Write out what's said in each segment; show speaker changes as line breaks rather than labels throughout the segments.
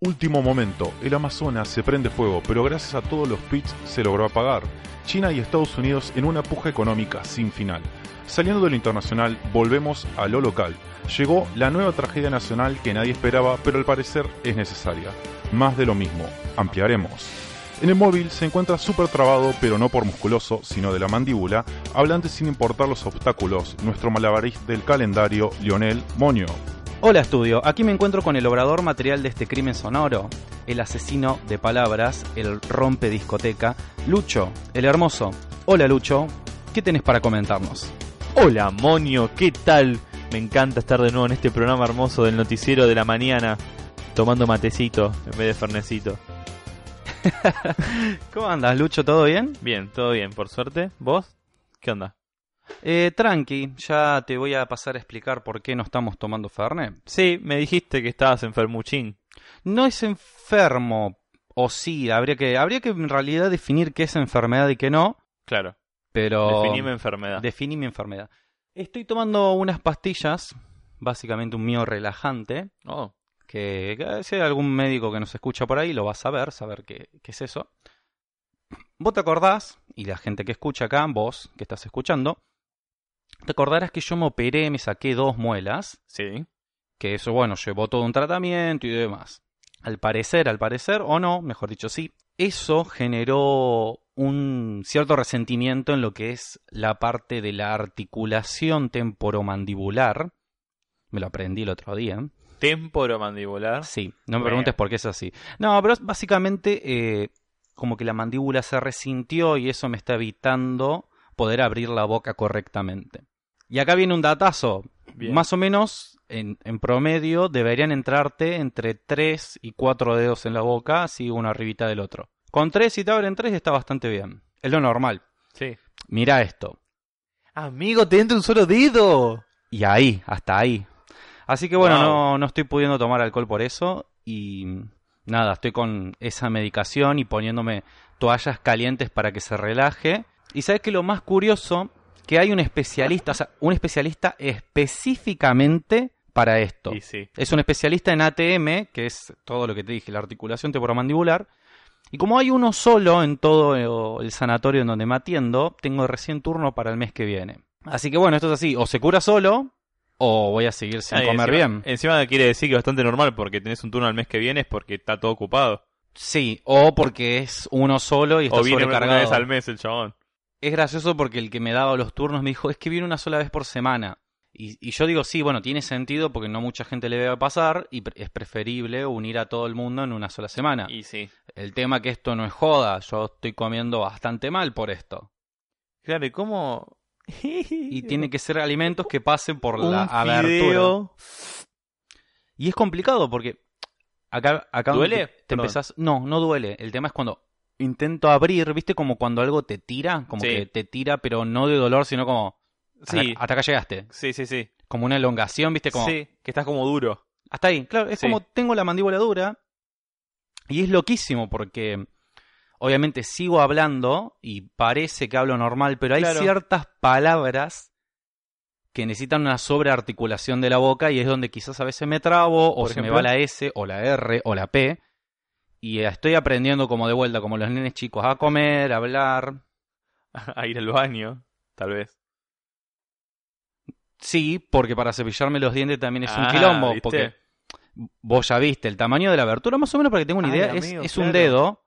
Último momento, el Amazonas se prende fuego, pero gracias a todos los pits se logró apagar. China y Estados Unidos en una puja económica sin final. Saliendo de lo internacional, volvemos a lo local. Llegó la nueva tragedia nacional que nadie esperaba, pero al parecer es necesaria. Más de lo mismo, ampliaremos. En el móvil se encuentra súper trabado, pero no por musculoso, sino de la mandíbula, hablante sin importar los obstáculos, nuestro malabarista del calendario, Lionel Moño.
Hola estudio, aquí me encuentro con el obrador material de este crimen sonoro, el asesino de palabras, el rompe discoteca, Lucho, el hermoso. Hola Lucho, ¿qué tenés para comentarnos?
Hola Monio, ¿qué tal? Me encanta estar de nuevo en este programa hermoso del noticiero de la mañana, tomando matecito en vez de fernecito.
¿Cómo andas Lucho? ¿Todo bien?
Bien, todo bien, por suerte. ¿Vos? ¿Qué onda?
Eh, tranqui, ya te voy a pasar a explicar por qué no estamos tomando Fernet.
Sí, me dijiste que estabas enfermuchín.
No es enfermo, o sí, habría que, habría que en realidad definir qué es enfermedad y qué no,
Claro,
pero...
definí mi enfermedad.
Definí mi enfermedad. Estoy tomando unas pastillas, básicamente un mío relajante,
Oh,
que, que si hay algún médico que nos escucha por ahí lo va a saber, saber qué, qué es eso. Vos te acordás, y la gente que escucha acá, vos que estás escuchando, te acordarás que yo me operé, me saqué dos muelas,
sí.
que eso, bueno, llevó todo un tratamiento y demás. Al parecer, al parecer, o no, mejor dicho, sí, eso generó un cierto resentimiento en lo que es la parte de la articulación temporomandibular. Me lo aprendí el otro día. ¿eh?
Temporomandibular.
Sí, no me
Bueno.
preguntes por qué es así. No, pero es básicamente eh, como que la mandíbula se resintió y eso me está evitando poder abrir la boca correctamente. Y acá viene un datazo.
Bien.
Más o menos, en, en promedio, deberían entrarte entre 3 y 4 dedos en la boca, así uno arribita del otro. Con 3, si te abren 3, está bastante bien. Es lo normal.
Sí.
Mira esto.
Amigo, te entra un solo dedo.
Y ahí, hasta ahí. Así que bueno,
Wow.
no, no estoy pudiendo tomar alcohol por eso. Y nada, estoy con esa medicación y poniéndome toallas calientes para que se relaje. Y sabes que lo más curioso, que hay un especialista, o sea, un especialista específicamente para esto.
Y sí.
Es un especialista en ATM, que es todo lo que te dije, la articulación temporomandibular. Y como hay uno solo en todo el sanatorio en donde me atiendo, tengo recién turno para el mes que viene. Así que bueno, esto es así, o se cura solo, o voy a seguir sin
Ah, y
comer
encima-
bien.
Encima quiere decir que es bastante normal porque tenés un turno al mes que viene es porque está todo ocupado.
Sí, o porque es uno solo y está
o viene una- una
sobrecargado.
vez al mes el chabón.
Es gracioso porque el que me daba los turnos me dijo, es que viene una sola vez por semana. Y, y yo digo, sí, bueno, tiene sentido porque no mucha gente le debe pasar y pre- es preferible unir a todo el mundo en una sola semana.
Y sí.
El tema que esto no es joda, yo estoy comiendo bastante mal por esto.
Claro, ¿y cómo?
Y
y
tiene que ser alimentos que pasen por la
Un
abertura.
fideo.
Y es complicado porque acá, acá
¿Duele?
te
Perdón.
empezás... No, no duele. El tema es cuando intento abrir, ¿viste? Como cuando algo te tira, como
Sí.
que te tira, pero no de dolor, sino como... hasta-
Sí.
Hasta, acá llegaste.
Sí, sí, sí.
Como una elongación, ¿viste? Como...
Sí, que estás como duro.
Hasta ahí, claro, es
Sí.
como tengo la mandíbula dura y es loquísimo porque obviamente sigo hablando y parece que hablo normal, pero hay
Claro.
ciertas palabras que necesitan una sobrearticulación de la boca y es donde quizás a veces me trabo o
Por
se
ejemplo.
me va la S o la R o la P y estoy aprendiendo como de vuelta, como los nenes chicos, a comer, a hablar.
A ir al baño, tal vez.
Sí, porque para cepillarme los dientes también es
Ah,
un quilombo,
¿viste?
porque vos ya viste el tamaño de la abertura, más o menos para que tenga una
Ay,
idea, es,
amigo,
es
claro.
un dedo.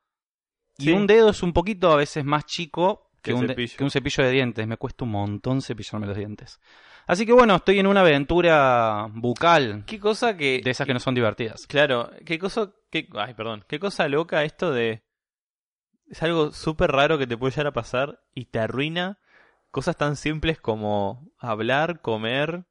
Y
Sí.
un dedo es un poquito a veces más chico
Que
que, un, de-
cepillo.
que un cepillo de dientes. Me cuesta un montón cepillarme los dientes. Así que bueno, estoy en una aventura bucal
Qué cosa que...
de esas que no son divertidas.
Claro, qué cosa... Qué... Ay, perdón. Qué cosa loca esto de... Es algo súper raro que te puede llegar a pasar y te arruina cosas tan simples como hablar, comer,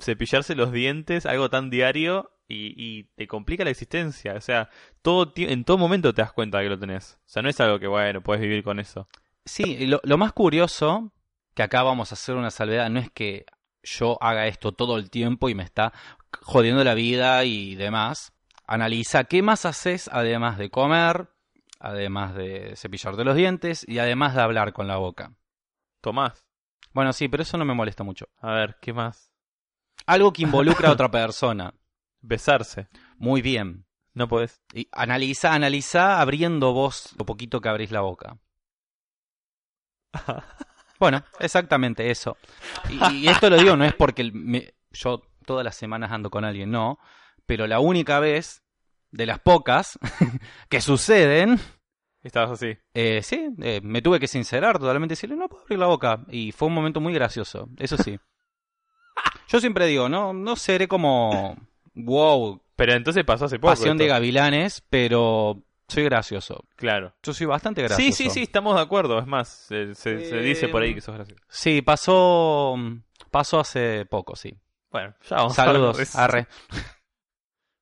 cepillarse los dientes, algo tan diario y, y te complica la existencia. O sea, todo ti- en todo momento te das cuenta que lo tenés. O sea, no es algo que, bueno, puedes vivir con eso.
Sí, y lo, lo más curioso, que acá vamos a hacer una salvedad, no es que yo haga esto todo el tiempo y me está jodiendo la vida y demás. Analiza qué más haces además de comer, además de cepillarte los dientes y además de hablar con la boca.
Tomás,
Bueno, sí, pero eso no me molesta mucho.
a ver, ¿qué más?
Algo que involucra a otra persona.
Besarse.
Muy bien.
No podés.
Y analiza, analiza abriendo vos lo poquito que abrís la boca. Bueno, exactamente eso. Y, y esto lo digo no es porque el- me- yo todas las semanas ando con alguien, no. Pero la única vez, de las pocas, que suceden,
Estabas así.
eh, sí, eh, me tuve que sincerar totalmente, decirle, no puedo abrir la boca. Y fue un momento muy gracioso, eso sí. Yo siempre digo, no, no seré como, wow,
Pero entonces pasó hace poco.
pasión
esto.
de gavilanes, pero soy gracioso.
Claro.
Yo soy bastante gracioso.
Sí, sí, sí, estamos de acuerdo. Es más, se, se- se
Eh,
dice por ahí que sos gracioso.
Sí, pasó, mm, pasó hace poco, sí.
Bueno, ya vamos. a hablar de
Saludos,
eso.
arre.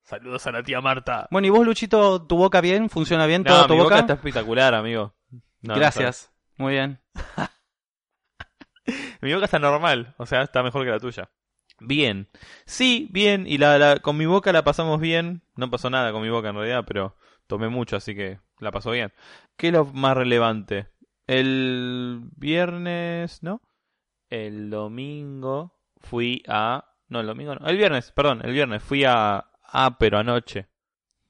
Saludos a la tía Marta.
Bueno, ¿y vos, Luchito, tu boca bien? ¿Funciona bien toda
No,
tu
mi boca?
boca?
está espectacular, amigo. No, no
Gracias. Muy bien.
está- mi boca está normal, o sea, está mejor que la tuya. Bien. Sí, bien. Y la, la- con mi boca la pasamos bien. No pasó nada con mi boca en realidad, pero tomé mucho, así que la pasó bien. ¿Qué es lo más relevante? El viernes, ¿no? El domingo fui a... No, el domingo no. El viernes, perdón, el viernes fui a... Ah, pero anoche.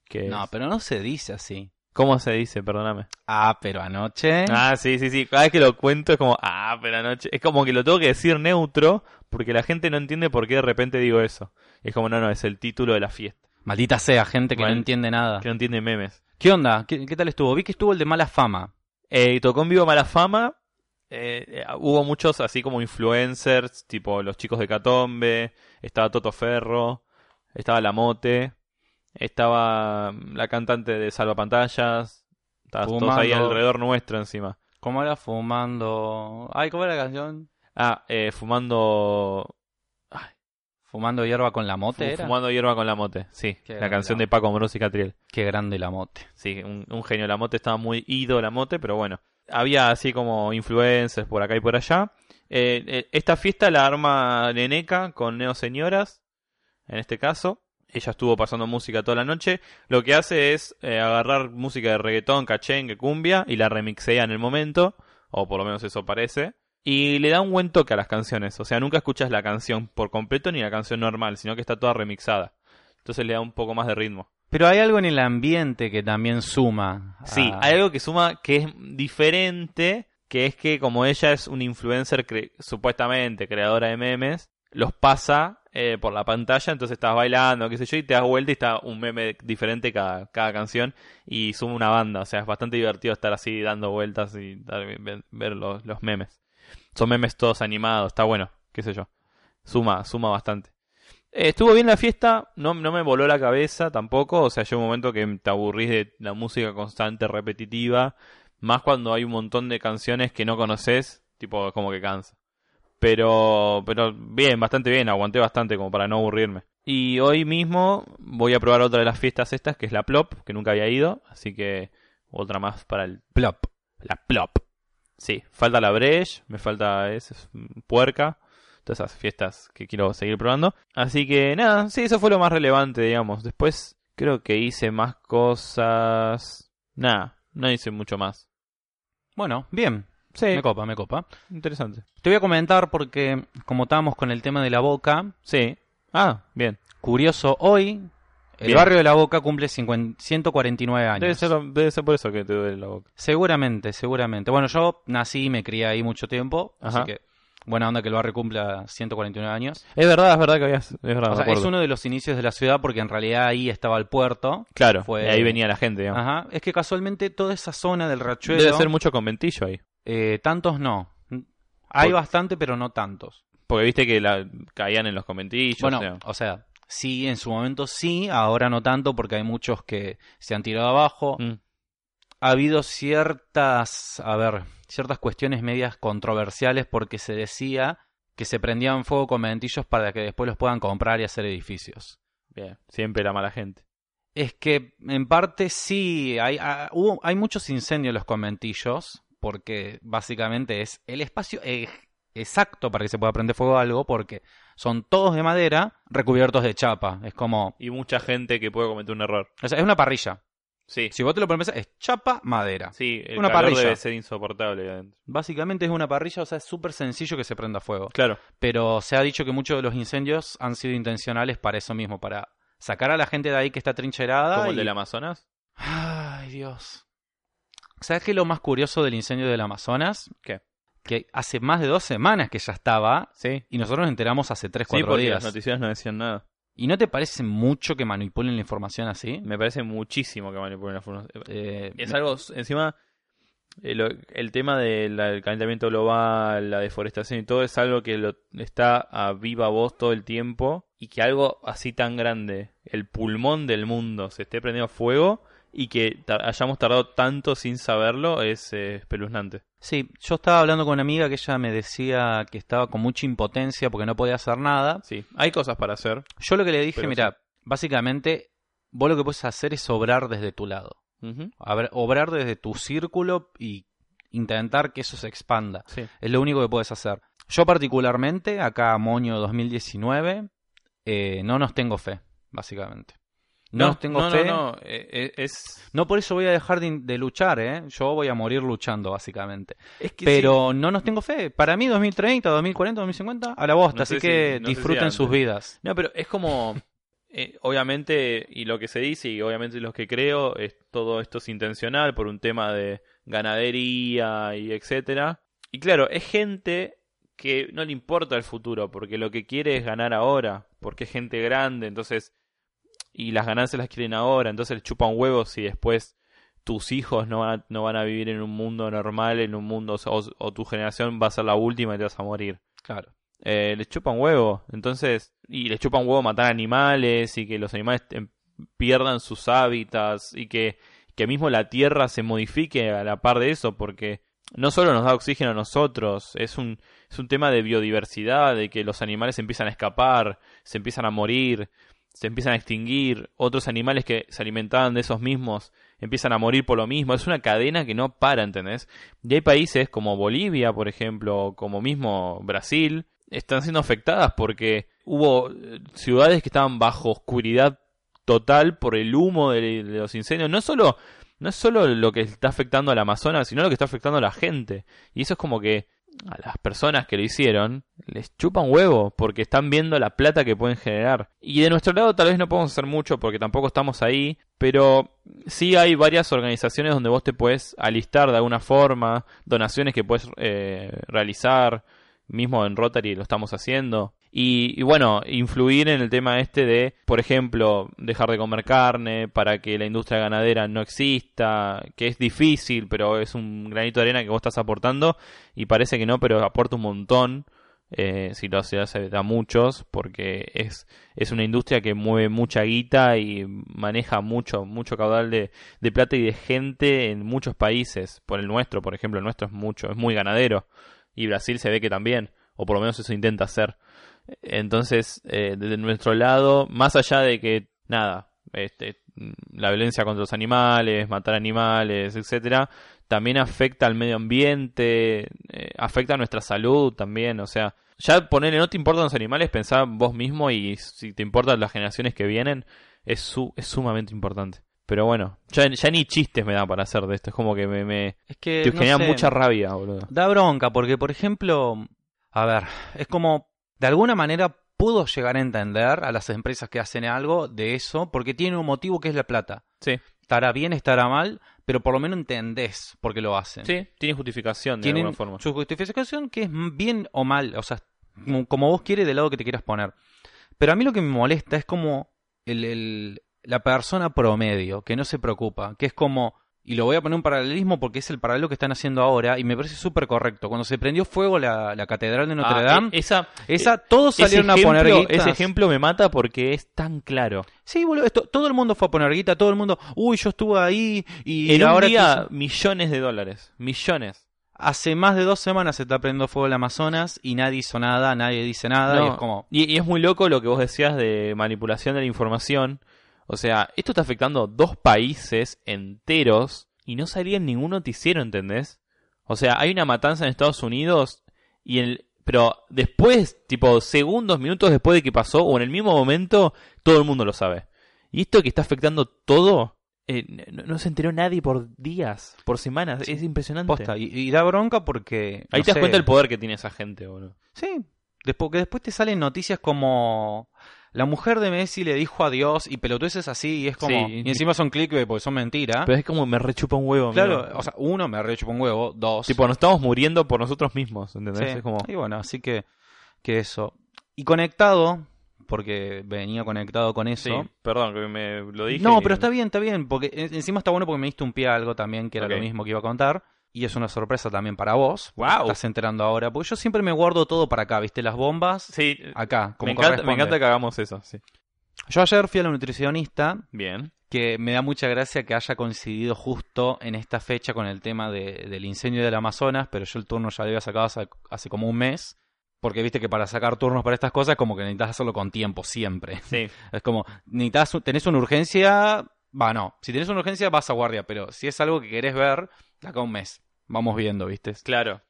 Que
No,
es-
pero no se dice así.
¿Cómo se dice? Perdóname.
Ah, pero anoche.
Ah, sí, sí, sí. Cada vez que lo cuento es como, ah, pero anoche. Es como que lo tengo que decir neutro porque la gente no entiende por qué de repente digo eso. Y es como, no, no, es el título de la fiesta.
Maldita sea, gente que
Bueno.
no entiende nada.
Que no entiende memes.
¿Qué onda? ¿Qué, qué tal estuvo? Vi que estuvo el de mala fama.
Eh, y tocó en vivo Mala Fama. Eh, eh, hubo muchos así como influencers, tipo los chicos de Catombe. Estaba Toto Ferro. Estaba La Mote. Estaba mm, la cantante de Salvapantallas. Estaban todos ahí
Fumando.
alrededor nuestro encima.
¿Cómo era fumando? Ay, ¿cómo era la canción?
Ah, eh, fumando
Fumando hierba con la mote.
Fu-
era?
Fumando hierba con la mote, sí.
Qué
la
grande
canción
la-
de Paco Amoroso y Catriel.
Qué grande la mote.
Sí, un, un genio. La mote estaba muy ido, la mote, pero bueno. Había así como influencers por acá y por allá. Eh, eh, esta fiesta la arma Neneca con Neo Señoras, en este caso. Ella estuvo pasando música toda la noche. Lo que hace es eh, agarrar música de reggaetón, cachengue, cumbia y la remixea en el momento, o por lo menos eso parece. Y le da un buen toque a las canciones. O sea, nunca escuchas la canción por completo ni la canción normal, sino que está toda remixada. Entonces le da un poco más de ritmo.
Pero hay algo en el ambiente que también suma. a-
Sí, hay algo que suma que es diferente, que es que como ella es una influencer cre- supuestamente creadora de memes, los pasa eh, por la pantalla, entonces estás bailando, qué sé yo, y te das vuelta y está un meme diferente cada, cada canción y suma una banda, o sea, es bastante divertido estar así dando vueltas y dar- ver, ver los, los memes. Son memes todos animados, está bueno, qué sé yo. Suma, suma bastante. Eh, Estuvo bien la fiesta, no, no me voló la cabeza tampoco, o sea, llega un momento que te aburrís de la música constante, repetitiva, más cuando hay un montón de canciones que no conoces, tipo como que cansa. Pero, pero bien, bastante bien, aguanté bastante como para no aburrirme. Y hoy mismo voy a probar otra de las fiestas estas, que es la Plop, que nunca había ido, así que otra más para el
Plop.
la plop. Sí, falta la breche, me falta ese, mm, puerca, todas esas fiestas que quiero seguir probando. Así que nada, sí, eso fue lo más relevante, digamos. Después creo que hice más cosas. Nada, no hice mucho más.
Bueno, bien.
Sí,
Me copa, me copa.
interesante.
Te voy a comentar porque, como estábamos con el tema de la boca,
Sí. Ah, bien.
Curioso, hoy el
Bien.
barrio de la Boca cumple 50 149 años.
Debe ser, debe ser por eso que te duele la boca.
Seguramente, seguramente. Bueno, yo nací y me crié ahí mucho tiempo,
Ajá.
así que buena onda que el barrio cumpla 149 años.
Es verdad, es verdad que habías. Es verdad,
o
me
sea, es
Ah, acuerdo.
uno de los inicios de la ciudad porque en realidad ahí estaba el puerto.
Claro,
fue-
y ahí venía la gente, digamos.
Ajá. Es que casualmente toda esa zona del Rachuelo,
Debe ser mucho conventillo ahí.
eh, tantos no. Hay
Por-
bastante, pero no tantos.
Porque viste que la, caían en los conventillos.
Bueno,
o sea.
o sea, sí, en su momento sí, ahora no tanto porque hay muchos que se han tirado abajo.
Mm.
ha habido ciertas, a ver, ciertas cuestiones medias controversiales porque se decía que se prendían fuego con mentillos para que después los puedan comprar y hacer edificios.
Bien, siempre la mala gente.
Es que en parte sí, hay, ah, hubo- hay muchos incendios en los conventillos porque básicamente es el espacio e- exacto para que se pueda prender fuego a algo porque son todos de madera recubiertos de chapa. Es como,
y mucha gente que puede cometer un error.
o sea, es una parrilla.
Sí,
Si vos te lo pones, es chapa, madera.
sí, el
Una
calor
parrilla.
debe ser insoportable. ahí adentro.
Básicamente es una parrilla, o sea, es súper sencillo que se prenda fuego.
Claro,
pero se ha dicho que muchos de los incendios han sido intencionales para eso mismo, para Sacar a la gente de ahí que está trincherada.
como el
Ah, y-
del Amazonas.
Ay, Dios. ¿Sabes qué es lo más curioso del incendio del Amazonas?
¿Qué?
Que hace más de dos semanas que ya estaba
Sí.
y nosotros nos enteramos hace tres,
Sí,
cuatro
porque las
días.
noticias no decían nada.
¿Y no te parece mucho que manipulen la información así?
Me parece muchísimo que manipulen la información.
Eh,
Es
me-
algo, encima, eh, lo- el tema del del calentamiento global, la deforestación y todo es algo que lo, está a viva voz todo el tiempo y que algo así tan grande, el pulmón del mundo, se esté prendiendo fuego y que ta- hayamos tardado tanto sin saberlo es eh, espeluznante.
Sí, yo estaba hablando con una amiga que ella me decía que estaba con mucha impotencia porque no podía hacer nada.
Sí, hay cosas para hacer.
Yo lo que le dije,
Pero
mira, básicamente vos lo que puedes hacer es obrar desde tu lado, Abra- obrar desde tu círculo y intentar que eso se expanda.
Sí.
Es lo único que puedes hacer. Yo particularmente, acá Moño 2019, eh, no nos tengo fe, básicamente. No, nos tengo
no,
fe.
No, no, eh, eh, es,
No por eso voy a dejar de, de luchar, ¿eh? Yo voy a morir luchando, básicamente.
es que sí.
Pero no nos tengo fe. Para mí 2030, 2040, 2050, a la bosta.
No sé
Así que
si- no sé si
disfruten
antes.
sus vidas.
No, pero es como. eh, obviamente, y lo que se dice, y obviamente los que creo, es todo esto es intencional por un tema de ganadería y etcétera. Y claro, es gente que no le importa el futuro, porque lo que quiere es ganar ahora, porque es gente grande, entonces. Y las ganancias las quieren ahora, entonces les chupan huevos y después tus hijos no van, a, no van a vivir en un mundo normal, en un mundo, o, sea, o- o tu generación va a ser la última y te vas a morir
Claro.
eh, les chupan huevo. Entonces, y les chupan huevo matar animales y que los animales em- pierdan sus hábitats y que, que mismo la tierra se modifique a la par de eso, porque no solo nos da oxígeno a nosotros, es un, es un tema de biodiversidad, de que los animales empiezan a escapar, se empiezan a morir, se empiezan a extinguir, otros animales que se alimentaban de esos mismos empiezan a morir por lo mismo, es una cadena que no para, ¿entendés? Y hay países como Bolivia, por ejemplo, o como mismo Brasil, están siendo afectadas porque hubo eh, ciudades que estaban bajo oscuridad total por el humo de, de los incendios, no solo no es solo lo que está afectando al Amazonas, sino lo que está afectando a la gente. Y eso es como que a las personas que lo hicieron les chupan huevo porque están viendo la plata que pueden generar. Y de nuestro lado tal vez no podemos hacer mucho porque tampoco estamos ahí, pero sí hay varias organizaciones donde vos te puedes alistar de alguna forma, donaciones que puedes eh, realizar, mismo en Rotary lo estamos haciendo. Y, y bueno, influir en el tema este de, por ejemplo, dejar de comer carne para que la industria ganadera no exista, que es difícil, pero es un granito de arena que vos estás aportando y parece que no, pero aporta un montón eh, si lo haces a muchos, porque es, es una industria que mueve mucha guita y maneja mucho, mucho caudal de, de plata y de gente en muchos países. Por el nuestro, por ejemplo, el nuestro es mucho, es muy ganadero. Y Brasil se ve que también, o por lo menos eso intenta hacer. Entonces, eh, desde nuestro lado, más allá de que, nada, este, la violencia contra los animales, matar animales, etcétera, también afecta al medio ambiente, eh, afecta a nuestra salud también, o sea, ya ponerle no te importan los animales, pensá vos mismo y si te importan las generaciones que vienen, es, su, es sumamente importante. Pero bueno, ya, ya ni chistes me da para hacer de esto, es como que me, me
Es que.
te
Eh, no
genera
sé,
mucha rabia, boludo.
Da bronca, porque por ejemplo. A ver, es como. De alguna manera pudo llegar a entender a las empresas que hacen algo de eso, porque tiene un motivo que es la plata.
Sí.
Estará bien, estará mal, pero por lo menos entendés por qué lo hacen.
Sí, tiene justificación de
tienen
alguna forma.
su justificación que es bien o mal, o sea, como, como vos quieres del lado que te quieras poner. Pero a mí lo que me molesta es como el, el- la persona promedio, que no se preocupa, que es como, y lo voy a poner un paralelismo porque es el paralelo que están haciendo ahora y me parece súper correcto. Cuando se prendió fuego la, la catedral de Notre
Ah,
Dame,
e- esa,
esa, todos
ese
salieron
ejemplo-
a poner guitas.
Ese ejemplo me mata porque es tan claro.
Sí, boludo, esto, todo el mundo fue a poner guita, todo el mundo, uy, yo estuve ahí y
en
ahora
un día,
que-
millones de dólares. Millones.
Hace más de dos semanas se está prendiendo fuego el Amazonas y nadie hizo nada, nadie dice nada y
No,
es como...
y- y es muy loco lo que vos decías de manipulación de la información. O sea, esto está afectando a dos países enteros y no salía en ningún noticiero, ¿entendés? O sea, hay una matanza en Estados Unidos y el, pero después, tipo segundos, minutos después de que pasó o en el mismo momento, todo el mundo lo sabe. Y esto que está afectando todo, eh, no, no se enteró nadie por días, por semanas. Es impresionante.
Posta, y, y da bronca porque...
Ahí
no
te das
sé,
cuenta el poder que tiene esa gente, boludo.
Sí, después, que después te salen noticias como La mujer de Messi le dijo adiós y pelotudeces así y es como...
Sí.
y encima son clickbait porque son mentira.
Pero es como me rechupa un huevo,
¿Ah? claro,
amigo.
o sea, uno me rechupa un huevo, dos...
Tipo, nos estamos muriendo por nosotros mismos,
Sí.
¿entendés? Es como.
Y bueno, así que, que eso. Y conectado, porque venía conectado con
Sí,
eso.
perdón, que me lo dije.
No, pero está bien, está bien, porque en- encima está bueno porque me diste un pie a algo también que era
Ok.
lo mismo que iba a contar. Y es una sorpresa también para vos. porque
Guau.
te Estás enterando ahora, porque yo siempre me guardo todo para acá, ¿viste? Las bombas,
Sí,
acá, como
me encanta, me
corresponde.
encanta que hagamos eso. Sí.
Yo ayer fui a la nutricionista
Bien.
que me da mucha gracia que haya coincidido justo en esta fecha con el tema de- del incendio del Amazonas, pero yo el turno ya lo había sacado hace, hace como un mes, porque viste que para sacar turnos para estas cosas como que necesitas hacerlo con tiempo siempre.
Sí.
Es como, necesitas, un- tenés una urgencia, va, no, si tenés una urgencia vas a guardia, pero si es algo que querés ver, de acá a un mes, vamos viendo, viste.
Claro.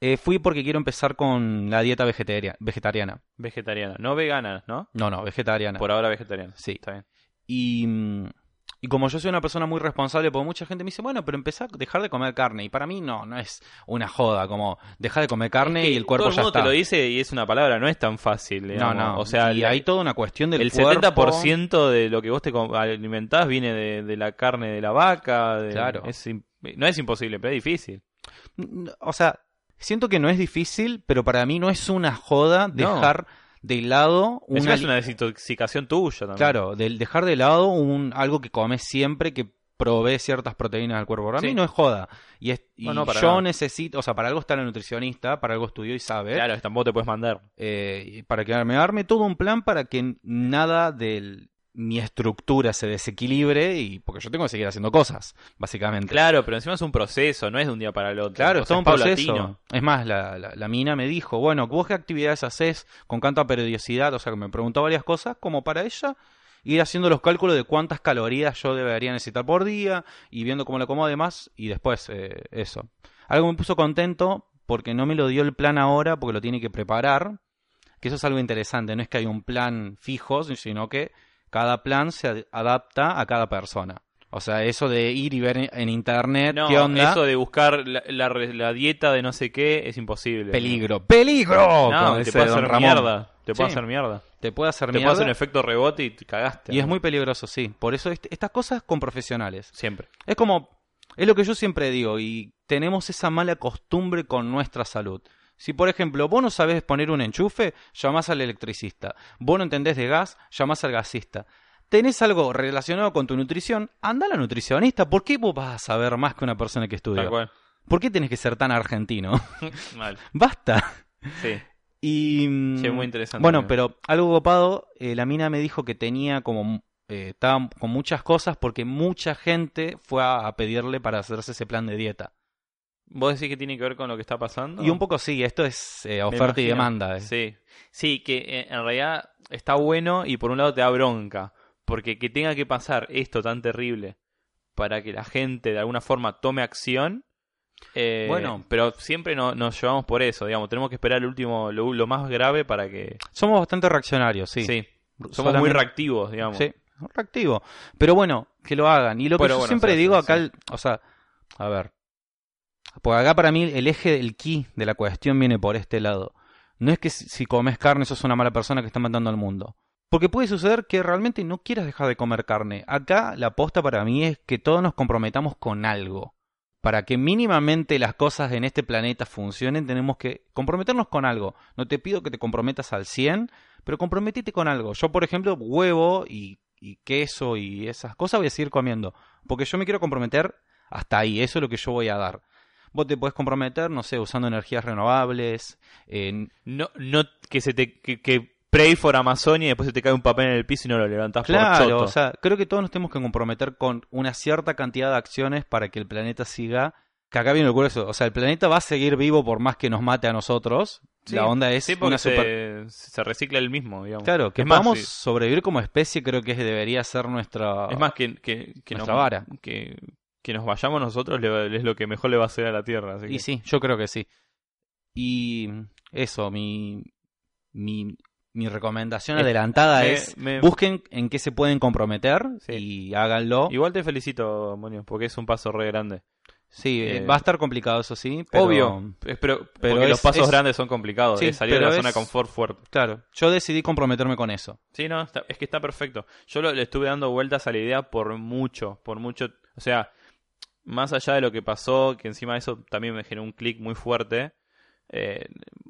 Eh, fui porque quiero empezar con la dieta vegetaria- vegetariana.
Vegetariana. No vegana, ¿no?
No, no, vegetariana.
Por ahora vegetariana.
Sí.
Está bien.
Y, mm, y como yo soy una persona muy responsable, porque mucha gente me dice, bueno, pero empezá a dejar de comer carne. Y para mí no, no es una joda, como dejar de comer carne y el cuerpo
Todo el
ya
mundo
está.
te lo dice y es una palabra, no es tan fácil.
no,
digamos.
no.
O sea,
y
la-
hay toda una cuestión del
el
cuerpo.
70% de lo que vos te com- alimentás viene de, de la carne de la vaca. de-
Claro.
es im- no es imposible, pero es difícil.
N- O sea, siento que no es difícil, pero para mí no es una joda dejar de lado
Encima
una...
es una desintoxicación tuya también.
Claro, del dejar de lado un algo que comes siempre que provee ciertas proteínas al cuerpo. Para mí
Sí.
no es joda. Y, es- y
No, no, para
yo
nada.
necesito, o sea, para algo está la nutricionista, para algo estudió y sabe.
Claro, tampoco te puedes mandar.
eh, y para que me arme todo un plan para que nada de mi estructura se desequilibre y porque yo tengo que seguir haciendo cosas, básicamente.
Claro, pero encima es un proceso, no es de un día para el otro.
Claro,
O sea,
es todo un
paulatino.
proceso. Es más, la, la- la mina me dijo, bueno, ¿vos qué actividades haces con tanta periodicidad? O sea, que me preguntó varias cosas, como para ella ir haciendo los cálculos de cuántas calorías yo debería necesitar por día y viendo cómo lo como además y después eh, eso. Algo me puso contento porque no me lo dio el plan ahora porque lo tiene que preparar, que eso es algo interesante, no es que hay un plan fijo, sino que cada plan se ad- adapta a cada persona. O sea, eso de ir y ver en- en internet
No,
qué onda
eso de buscar la, la re- la dieta de no sé qué es imposible.
peligro. ¡Peligro!
No,
Como
te
dice
puede
Don
hacer
Ramón.
mierda. Te puede
Sí.
hacer mierda.
Te puede hacer
Te puede
mierda.
hacer un efecto rebote y te cagaste.
y es muy peligroso, sí. Por eso este- estas cosas con profesionales.
Siempre.
Es como, es lo que yo siempre digo, y tenemos esa mala costumbre con nuestra salud. Si, por ejemplo, vos no sabés poner un enchufe, llamás al electricista. Vos no entendés de gas, llamás al gasista. Tenés algo relacionado con tu nutrición, anda a la nutricionista. ¿Por qué vos vas a saber más que una persona que
Tal
estudia?
cual.
¿Por qué tenés que ser tan argentino?
Mal.
Basta.
Sí.
Y. mm,
Che, muy interesante.
Bueno,
amigo.
pero algo copado, eh, la mina me dijo que tenía como eh, estaba con muchas cosas porque mucha gente fue a, a pedirle para hacerse ese plan de dieta.
¿Vos decís que tiene que ver con lo que está pasando?
Y un poco sí, esto es eh,
Me
oferta y
imagino.
demanda. eh.
Sí. Sí, que eh, en realidad está bueno y por un lado te da bronca. Porque que tenga que pasar esto tan terrible para que la gente de alguna forma tome acción. eh,
Bueno.
Pero siempre no- nos llevamos por eso, digamos. Tenemos que esperar el último, lo, lo más grave para que.
Somos bastante reaccionarios, sí.
Somos
Solamente-
muy reactivos, digamos.
Sí, reactivo. Pero bueno, que lo hagan. Y lo que
Pero
yo
bueno,
siempre
o sea,
digo
sí,
acá,
sí.
el- o sea, a ver. Porque acá para mí el eje, el key de la cuestión viene por este lado. No es que si si comes carne sos una mala persona que está matando al mundo. Porque puede suceder que realmente no quieras dejar de comer carne. Acá la aposta para mí es que todos nos comprometamos con algo. Para que mínimamente las cosas en este planeta funcionen tenemos que comprometernos con algo. No te pido que te comprometas al 100, pero comprometete con algo. Yo, por ejemplo, huevo y, y queso y esas cosas voy a seguir comiendo. Porque yo me quiero comprometer hasta ahí. Eso es lo que yo voy a dar. Vos te podés comprometer, no sé, usando energías renovables. en-
No, no que se te. Que, que pray for Amazonia y después se te cae un papel en el piso y no lo levantás por
Claro,
choto.
o sea, creo que todos nos tenemos que comprometer con una cierta cantidad de acciones para que el planeta siga. Que acá viene lo curioso. O sea, el planeta va a seguir vivo por más que nos mate a nosotros.
Sí,
La onda es
Sí, porque
una super...
se, se recicla el mismo, digamos.
Claro, que
Es más,
podamos
sí.
sobrevivir como especie creo que debería ser nuestra...
Es más que, que, que
Nuestra vara.
Que, que nos vayamos nosotros le va- es lo que mejor le va a hacer a la Tierra. así
Y
que-
sí, yo creo que sí. Y eso, mi, mi, mi recomendación
Es-
adelantada
me-
es
me-
busquen en qué se pueden comprometer
Sí.
y háganlo.
Igual te felicito, Moño, porque es un paso re grande.
Sí, eh,
Eh,
va a estar complicado, eso sí. pero-
Obvio, es- pero,
pero
porque los
es-
pasos
es-
grandes son complicados,
Sí,
es salir de
pero es-
la zona de confort fuerte.
Claro, yo decidí comprometerme con eso.
Sí, no, está- es que está perfecto. Yo lo- le estuve dando vueltas a la idea por mucho, por mucho. O sea, más allá de lo que pasó, que encima de eso también me generó un clic muy fuerte. eh,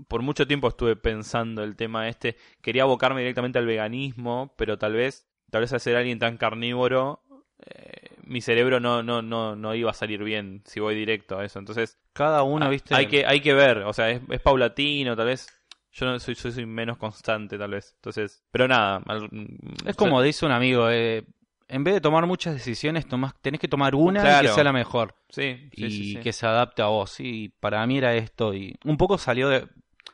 por mucho tiempo estuve pensando el tema este. Quería abocarme directamente al veganismo, pero tal vez, tal vez al ser alguien tan carnívoro, eh, mi cerebro no, no, no, no iba a salir bien si voy directo a eso. Entonces,
Cada uno,
Ah,
viste.
Hay que, hay que ver, o sea, es, es paulatino, tal vez. Yo no soy, yo soy menos constante, tal vez. Entonces, pero nada. al- mm,
Es como dice un amigo, eh, en vez de tomar muchas decisiones, tomás, tenés que tomar una y
Claro.
que sea la mejor.
Sí, sí,
y
sí, sí.
que se adapte a vos. Y para mí era esto. Y un poco salió de,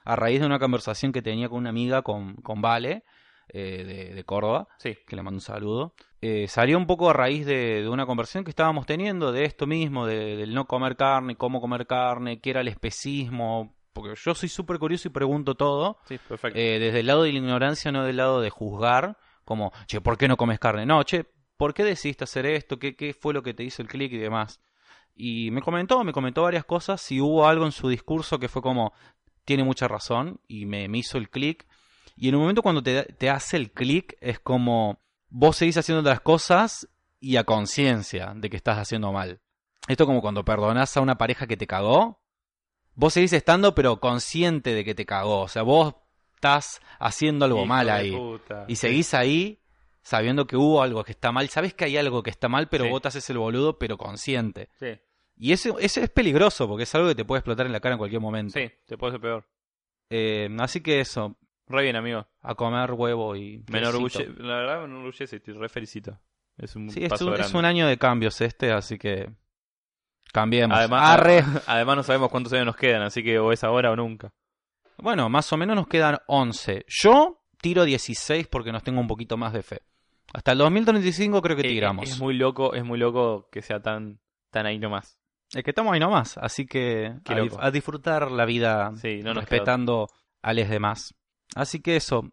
a raíz de una conversación que tenía con una amiga, con, con Vale, eh, de, de Córdoba,
Sí.
que le mando un saludo. Eh, salió un poco a raíz de, de una conversación que estábamos teniendo de esto mismo, de- del no comer carne, cómo comer carne, qué era el especismo. Porque yo soy súper curioso y pregunto todo.
Sí, perfecto.
Eh, desde el lado de la ignorancia, no del lado de juzgar, como, che, ¿por qué no comes carne? No, che, ¿por qué decidiste hacer esto? ¿Qué, qué fue lo que te hizo el clic y demás? Y me comentó, me comentó varias cosas y hubo algo en su discurso que fue como, tiene mucha razón y me, me hizo el clic. Y en un momento cuando te, te hace el clic es como, vos seguís haciendo las cosas y a conciencia de que estás haciendo mal. Esto como cuando perdonás a una pareja que te cagó. Vos seguís estando pero consciente de que te cagó. O sea, vos estás haciendo algo
Hijo
mal
de
ahí.
puta.
Y seguís ahí sabiendo que hubo algo que está mal. Sabés que hay algo que está mal, pero
Sí.
vos te haces el boludo, pero consciente.
Sí,
Y eso, eso es peligroso, porque es algo que te puede explotar en la cara en cualquier momento.
sí, te puede ser peor.
Eh, así que eso,
Re bien, amigo.
a comer huevo y...
Me
quesito.
enorgullece. La verdad, me enorgullece. Te re felicito. Es un
Sí, es
paso
un,
grande.
es un año de cambios este, así que... Cambiemos. Ah,
Además,
Arre.
además, no sabemos cuántos años nos quedan, así que o es ahora o nunca.
Bueno, más o menos nos quedan 11. Yo tiro 16 porque nos tengo un poquito más de fe. Hasta el 2035 creo que
Eh,
tiramos.
Es, muy loco, es muy loco que sea tan, tan ahí nomás.
Es que estamos ahí nomás, así que
Qué
a, dif-
loco.
a disfrutar la vida
Sí, no nos queda
respetando a los demás. Así que eso.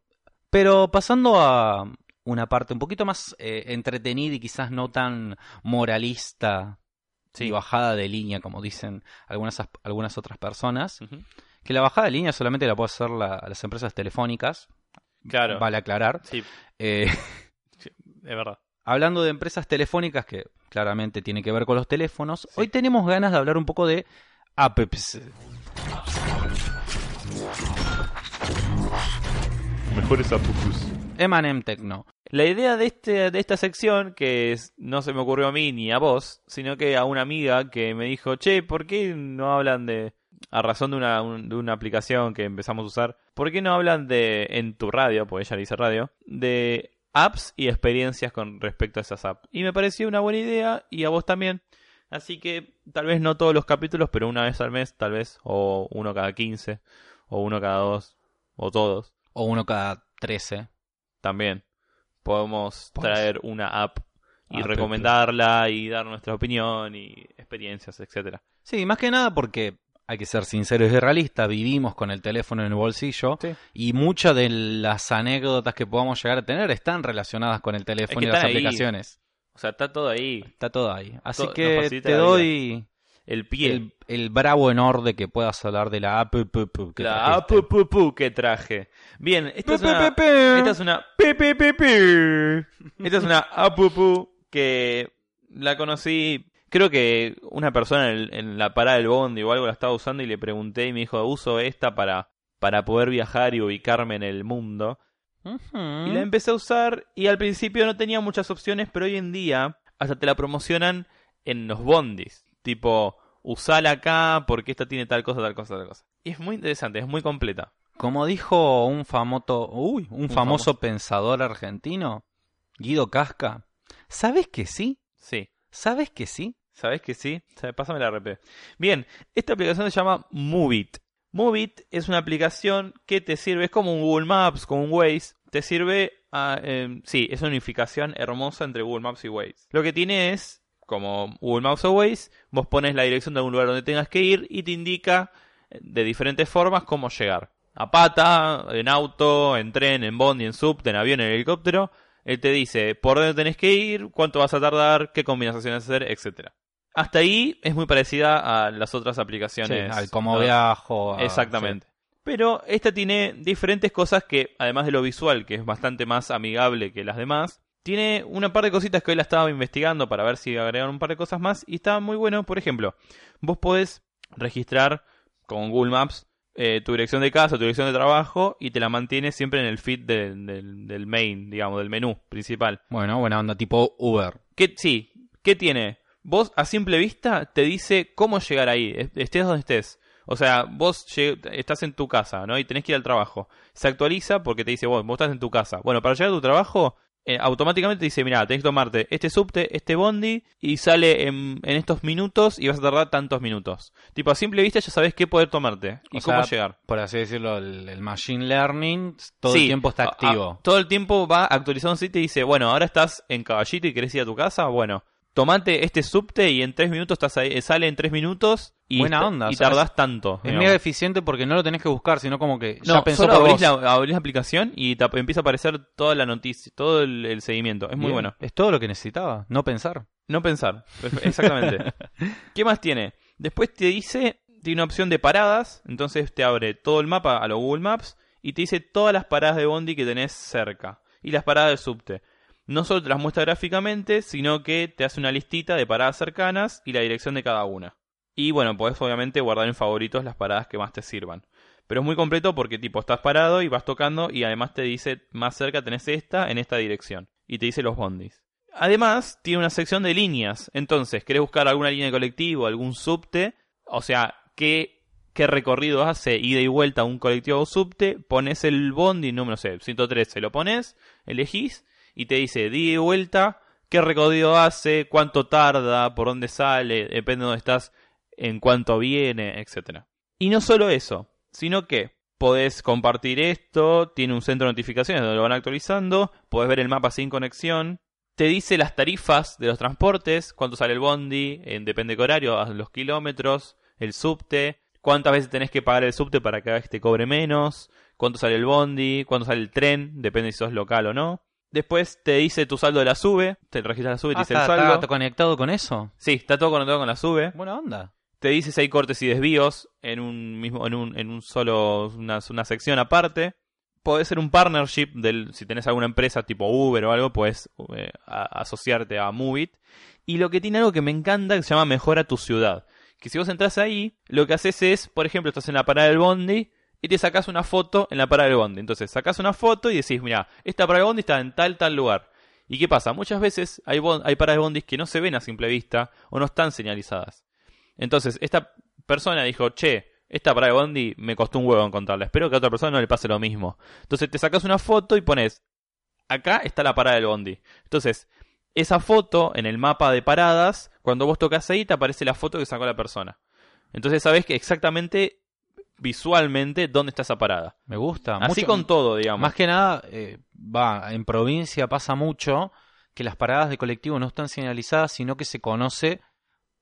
Pero pasando a una parte un poquito más eh, entretenida y quizás no tan moralista
Sí.
y bajada de línea, como dicen algunas, as- algunas otras personas,
Ujú.
que la bajada de línea solamente la puede hacer la- las empresas telefónicas,
Claro.
vale aclarar.
Sí,
Eh,
es verdad.
hablando de empresas telefónicas que claramente tiene que ver con los teléfonos, hoy tenemos ganas de hablar un poco de apps.
Mejores apucus.
Emanem Tecno.
La idea de, este, de esta sección, que es- no se me ocurrió a mí ni a vos, sino que a una amiga que me dijo, che, ¿por qué no hablan de, a razón de una, un- de una aplicación que empezamos a usar, ¿por qué no hablan de, en tu radio, porque ella le dice radio, de apps y experiencias con respecto a esas apps? Y me pareció una buena idea y a vos también. Así que tal vez no todos los capítulos, pero una vez al mes, tal vez, o uno cada 15, o uno cada dos, o todos
O uno cada 13.
también podemos
Podemos.
traer una app y
App,
recomendarla y dar nuestra opinión y experiencias, etcétera.
Sí, más que nada porque hay que ser sinceros y realistas, vivimos con el teléfono en el bolsillo
Sí.
y muchas de las anécdotas que podamos llegar a tener están relacionadas con el teléfono
que
y las
están ahí.
aplicaciones.
O sea, está todo ahí.
Está todo ahí. Así
Todo- nos
que
facilita
te
la vida.
doy
El pie.
el, el bravo honor de que puedas hablar de la app. pu, pu, que
la app
trajiste.
pu, pu, que traje. Bien, esta
Pu,
es
pu, pu,
una.
pu.
Esta es una. pi, pi, pi, pi. Esta es una app pu, pu, que la conocí. Creo que una persona en, el- en la parada del bondi o algo la estaba usando y le pregunté y me dijo, uso esta para, para poder viajar y ubicarme en el mundo.
Ujú.
Y la em- empecé a usar y al principio no tenía muchas opciones, pero hoy en día hasta te la promocionan en los bondis. Tipo, usala acá porque esta tiene tal cosa, tal cosa, tal cosa. Y es muy interesante, es muy completa.
Como dijo un famoso, uy, un, famoso,
famoso.
pensador argentino, Guido Casca, ¿sabes que sí?
Sí.
¿Sabes que sí?
¿Sabes que sí? Sabe, Pásame la RP. Bien, esta aplicación se llama Movit. Movit es una aplicación que te sirve, es como un Google Maps, como un Waze. Te sirve, a, em, sí, es una unificación hermosa entre Google Maps y Waze. Lo que tiene es, como Google Maps o Waze, vos pones la dirección de algún lugar donde tengas que ir y te indica eh, de diferentes formas cómo llegar. A pata, en auto, en tren, en bondi, en subte, en avión, en helicóptero. Él te dice por dónde tenés que ir, cuánto vas a tardar, qué combinaciones hacer, etcétera. Hasta ahí es muy parecida a las otras
Sí,
aplicaciones.
al como
¿no?
viajo. a-
Exactamente. Pero esta tiene diferentes cosas que, además de lo visual, que es bastante más amigable que las demás, tiene una par de cositas que hoy la estaba investigando para ver si agregaron un par de cosas más y está muy bueno. Por ejemplo, vos podés registrar con Google Maps eh, tu dirección de casa, tu dirección de trabajo y te la mantienes siempre en el feed del- del- del main, digamos, del menú principal.
sí. Bueno, buena onda, tipo Uber.
¿Qué, sí, ¿qué tiene? Vos a simple vista te dice cómo llegar ahí, es- estés donde estés. O sea, vos lle- estás en tu casa, ¿no? Y tenés que ir al trabajo. Se actualiza porque te dice, vos, vos estás en tu casa. Bueno, para llegar a tu trabajo, eh, automáticamente te dice, mira, tenés que tomarte este subte, este bondi, y sale en, en estos minutos y vas a tardar tantos minutos. Tipo, a simple vista ya sabés qué poder tomarte y
O
cómo
sea,
llegar.
Por así decirlo, el, el machine learning todo
Sí,
el tiempo está
a- a-
activo.
todo el tiempo va actualizando y te dice, bueno, ahora estás en caballito y querés ir a tu casa, bueno, tomate este subte y en tres minutos estás ahí, eh, sale en tres minutos y,
Buena
esta-
onda,
y
o sea,
tardás tanto.
es
digamos.
mega eficiente porque no lo tenés que buscar, sino como que
No,
ya pensó
solo
por
abrís
vos.
la, abrís la aplicación y te ap- empieza a aparecer toda la noticia, todo el, el seguimiento. Es muy
Bien,
bueno.
Es todo lo que necesitaba, no pensar.
No pensar, Perfe- exactamente. ¿Qué más tiene? Después te dice, tiene una opción de paradas, entonces te abre todo el mapa a los Google Maps y te dice todas las paradas de Bondi que tenés cerca y las paradas del subte. No solo te las muestra gráficamente, sino que te hace una listita de paradas cercanas y la dirección de cada una. Y bueno, podés obviamente guardar en favoritos las paradas que más te sirvan. Pero es muy completo porque tipo estás parado y vas tocando y además te dice más cerca tenés esta en esta dirección. Y te dice los bondis. Además, tiene una sección de líneas. Entonces, querés buscar alguna línea de colectivo, algún subte, o sea, qué, qué recorrido hace ida y vuelta un colectivo o subte, pones el bondi número, no sé, 113, lo pones, elegís y te dice de ida y vuelta, qué recorrido hace, cuánto tarda, por dónde sale, depende de dónde estás, en cuánto viene, etcétera. Y no solo eso, sino que podés compartir esto, tiene un centro de notificaciones donde lo van actualizando, podés ver el mapa sin conexión, te dice las tarifas de los transportes, cuánto sale el bondi, en, depende de qué horario, a los kilómetros, el subte, cuántas veces tenés que pagar el subte para que cada vez te cobre menos, cuánto sale el bondi, cuánto sale el tren, depende si sos local o no. Después te dice tu saldo de la sube, te registras la sube y te
Ah,
dice el
está,
saldo.
está conectado con eso.
Sí, está todo conectado con la sube.
Buena onda.
Te dice si hay cortes y desvíos en un mismo, en un, en un solo, una, una sección aparte. Podés ser un partnership del, si tenés alguna empresa tipo Uber o algo, podés eh, a- asociarte a Movit. Y lo que tiene algo que me encanta que se llama Mejora tu ciudad. Que si vos entras ahí, lo que haces es, por ejemplo, estás en la parada del Bondi y te sacás una foto en la parada del Bondi. Entonces sacás una foto y decís, mira, esta parada del Bondi está en tal, tal lugar. ¿Y qué pasa? Muchas veces hay, bon- hay paradas de bondis que no se ven a simple vista o no están señalizadas. Entonces, esta persona dijo, che, esta parada de bondi me costó un huevo encontrarla. Espero que a otra persona no le pase lo mismo. Entonces, te sacas una foto y pones, acá está la parada del bondi. Entonces, esa foto en el mapa de paradas, cuando vos tocas ahí, te aparece la foto que sacó la persona. Entonces, sabes que exactamente, visualmente, dónde está esa parada.
Me gusta.
Así
Ah, Mucho-
con todo, digamos.
Más que nada, eh, va, en provincia pasa mucho que las paradas de colectivo no están señalizadas, sino que se conoce